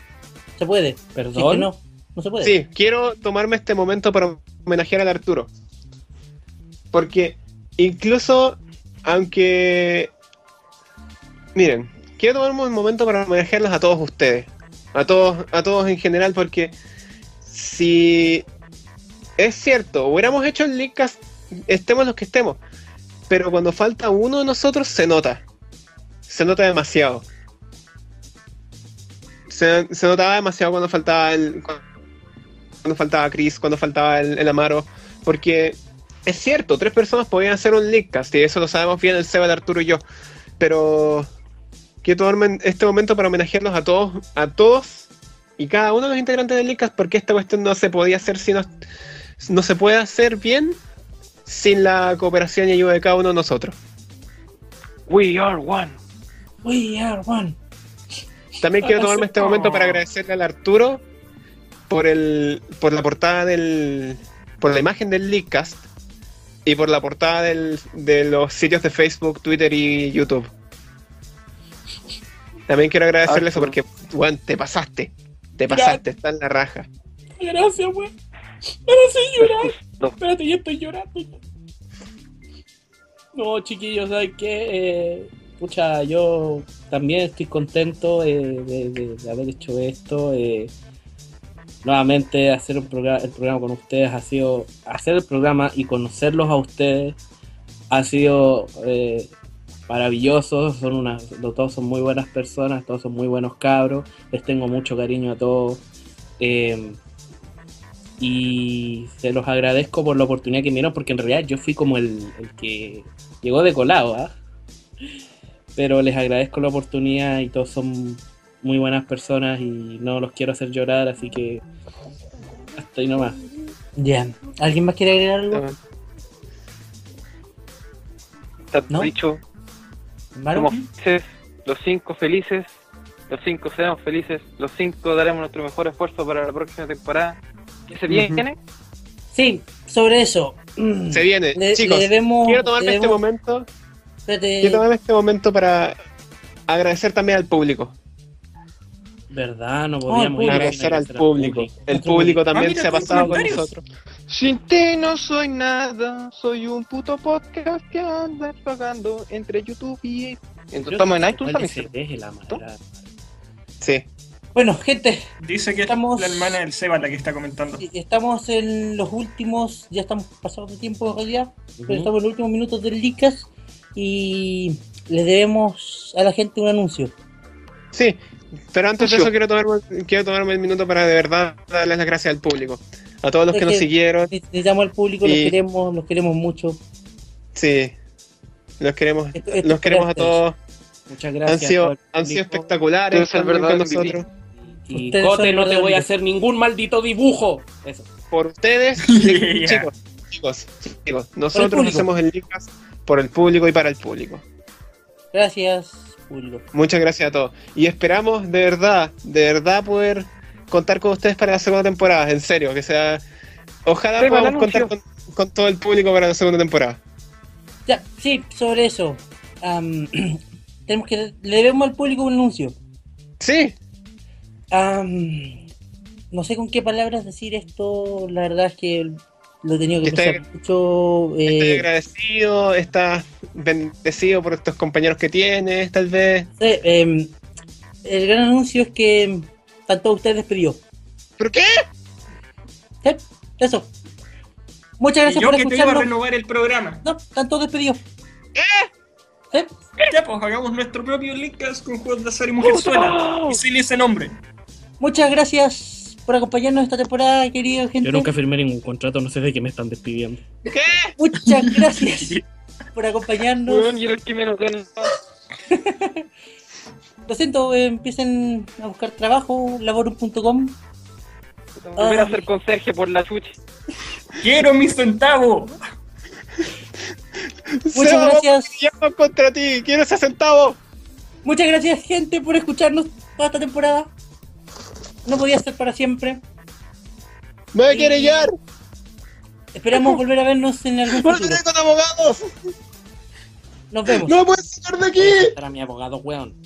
[SPEAKER 2] se puede
[SPEAKER 3] Perdón.
[SPEAKER 2] si es que no no se puede
[SPEAKER 4] Sí, quiero tomarme este momento para homenajear al Arturo. Porque incluso, aunque... Miren, quiero tomarme un momento para homenajearlos a todos ustedes. A todos, a todos en general, porque si es cierto, hubiéramos hecho el Leadcast, estemos los que estemos. Pero cuando falta uno de nosotros se nota. Se nota demasiado. Se, se notaba demasiado cuando faltaba el, cuando faltaba Chris, cuando faltaba el, el Amaro, porque es cierto, tres personas podían hacer un leakcast y eso lo sabemos bien el Seba, el Arturo y yo, pero quiero tomarme en este momento para homenajearlos a todos, a todos y cada uno de los integrantes del leakcast porque esta cuestión no se podía hacer si no, no se puede hacer bien sin la cooperación y ayuda de cada uno de nosotros.
[SPEAKER 7] We are one.
[SPEAKER 2] we are one
[SPEAKER 4] También quiero tomarme este momento para agradecerle al Arturo por el por la portada del por la imagen del Leadcast y por la portada del- de los sitios de Facebook, Twitter y YouTube. También quiero agradecerle eso porque, weón, te pasaste. Te pasaste, está en la raja.
[SPEAKER 3] gracias güey gracias llorar
[SPEAKER 7] No.
[SPEAKER 3] espérate yo estoy llorando no chiquillos ¿sabes qué? Eh, pucha yo también estoy contento eh, de, de- de haber hecho esto eh. nuevamente hacer un programa el programa con ustedes ha sido hacer el programa y conocerlos a ustedes ha sido eh, maravilloso son unas todos son muy buenas personas todos son muy buenos cabros les tengo mucho cariño a todos eh, y se los agradezco por la oportunidad que me dieron, porque en realidad yo fui como el, el que llegó de colado, ¿ah? Pero les agradezco la oportunidad y todos son muy buenas personas y no los quiero hacer llorar, así que hasta ahí nomás.
[SPEAKER 2] ya alguien más quiere agregar algo
[SPEAKER 7] Está
[SPEAKER 2] ¿No?
[SPEAKER 7] dicho.
[SPEAKER 4] Eh,
[SPEAKER 2] Maru?
[SPEAKER 7] Somos felices, los cinco felices, los cinco seamos felices, los cinco daremos nuestro mejor esfuerzo para la próxima temporada. ¿Qué se viene?
[SPEAKER 2] sí sobre eso Mm.
[SPEAKER 4] Se viene,
[SPEAKER 2] le,
[SPEAKER 4] chicos.
[SPEAKER 2] le debemos
[SPEAKER 4] quiero tomarme
[SPEAKER 2] le eh,
[SPEAKER 4] este
[SPEAKER 2] debemos-
[SPEAKER 4] momento,
[SPEAKER 2] espérate,
[SPEAKER 4] quiero tomarme este momento para agradecer también al público.
[SPEAKER 3] ¿Verdad? No podíamos
[SPEAKER 2] público.
[SPEAKER 3] ir a
[SPEAKER 4] Agradecer al
[SPEAKER 3] Oh, agradecer
[SPEAKER 4] público. El
[SPEAKER 2] Otro
[SPEAKER 4] público
[SPEAKER 6] Ah,
[SPEAKER 4] también
[SPEAKER 6] mira,
[SPEAKER 4] se ha
[SPEAKER 6] tus
[SPEAKER 4] pasado con
[SPEAKER 6] comentarios.
[SPEAKER 4] nosotros.
[SPEAKER 8] Sin ti no soy nada, soy un puto podcast que anda pagando entre YouTube y... Entonces, estamos en iTunes
[SPEAKER 3] ¿Cuál
[SPEAKER 8] también.
[SPEAKER 3] es el- es el amargado?
[SPEAKER 4] Sí.
[SPEAKER 2] Bueno, gente,
[SPEAKER 6] Dice que
[SPEAKER 2] Estamos-
[SPEAKER 6] es la hermana del Seba la que está comentando.
[SPEAKER 2] estamos en los últimos, ya estamos pasados de tiempo en realidad,
[SPEAKER 3] Ujú.
[SPEAKER 2] pero estamos en los últimos minutos del Licas y le debemos a la gente un anuncio.
[SPEAKER 4] Sí, pero antes de
[SPEAKER 8] Yo.
[SPEAKER 4] eso quiero tomarme, quiero tomarme el minuto para de verdad darles las gracias al público. A todos los
[SPEAKER 2] Es
[SPEAKER 4] que nos
[SPEAKER 2] que-
[SPEAKER 4] siguieron.
[SPEAKER 2] Necesitamos al público, los
[SPEAKER 4] Y-
[SPEAKER 2] queremos, los queremos mucho.
[SPEAKER 4] Sí. Los queremos,
[SPEAKER 2] Esto- esto
[SPEAKER 4] los queremos a
[SPEAKER 2] gracias.
[SPEAKER 4] todos.
[SPEAKER 2] Muchas
[SPEAKER 4] han
[SPEAKER 2] gracias. al
[SPEAKER 4] sido, han
[SPEAKER 2] público.
[SPEAKER 4] sido espectaculares
[SPEAKER 8] Tú eres el
[SPEAKER 4] también con
[SPEAKER 8] verdadero MVP.
[SPEAKER 4] nosotros.
[SPEAKER 3] Y
[SPEAKER 2] Ustedes
[SPEAKER 3] Cote,
[SPEAKER 2] son
[SPEAKER 3] no te voy a
[SPEAKER 2] verdaderos.
[SPEAKER 3] hacer ningún maldito dibujo. Eso.
[SPEAKER 4] Por ustedes,
[SPEAKER 6] Yeah.
[SPEAKER 4] chicos, chicos, chicos. Nosotros
[SPEAKER 2] público.
[SPEAKER 4] hacemos el Licas por el público y para el público.
[SPEAKER 2] Gracias, público.
[SPEAKER 4] Muchas gracias a todos. Y esperamos de verdad, de verdad poder contar con ustedes para la segunda temporada. En serio, que sea. Ojalá
[SPEAKER 5] Seba,
[SPEAKER 4] podamos
[SPEAKER 5] el anuncio.
[SPEAKER 4] contar con, con todo el público para la segunda temporada.
[SPEAKER 2] Ya, sí, sobre eso. am, tenemos que le debemos al público un anuncio.
[SPEAKER 4] Sí,
[SPEAKER 2] Am, no sé con qué palabras decir esto. La verdad es que lo he tenido que
[SPEAKER 4] Estoy-
[SPEAKER 2] pensar mucho.
[SPEAKER 4] estoy
[SPEAKER 2] eh,
[SPEAKER 4] agradecido, estás bendecido por estos compañeros que tienes, tal vez.
[SPEAKER 2] no sé, em, el gran anuncio es que em, tanto usted despidió.
[SPEAKER 4] ¿Por qué?
[SPEAKER 2] Sí, Eso. Muchas
[SPEAKER 6] Y
[SPEAKER 2] gracias
[SPEAKER 6] yo
[SPEAKER 2] por
[SPEAKER 6] que te iba a
[SPEAKER 2] escucharnos.
[SPEAKER 6] renovar el programa.
[SPEAKER 2] No, tanto despidió. ¿Eh? Sí,
[SPEAKER 6] Ya, pues hagamos nuestro propio Lickcast con juegos de azar y
[SPEAKER 5] Uh.
[SPEAKER 6] mujerzuela. Y sin ese nombre.
[SPEAKER 2] Muchas gracias por acompañarnos esta temporada, querida gente.
[SPEAKER 3] Yo nunca firmé ningún contrato, no sé de qué me están despidiendo.
[SPEAKER 2] Muchas gracias por acompañarnos.
[SPEAKER 7] Weón, y era el que menos ganaba.
[SPEAKER 2] Lo siento, eh, empiecen a buscar trabajo, laborum.com.
[SPEAKER 7] Volver a ser conserje por la chucha.
[SPEAKER 6] ¡Quiero mi centavo!
[SPEAKER 2] Muchas
[SPEAKER 4] Seba,
[SPEAKER 2] gracias.
[SPEAKER 4] Yo contra ti, quiero ese centavo.
[SPEAKER 2] Muchas gracias, gente, por escucharnos toda esta temporada. No podía ser para siempre.
[SPEAKER 4] No me quiere llevar.
[SPEAKER 2] Esperamos volver a vernos en algún
[SPEAKER 4] ¡No
[SPEAKER 2] futuro.
[SPEAKER 4] tengo con abogados!
[SPEAKER 2] Nos vemos.
[SPEAKER 4] ¡No me puedes sacar de aquí!
[SPEAKER 3] Era mi abogado, weón.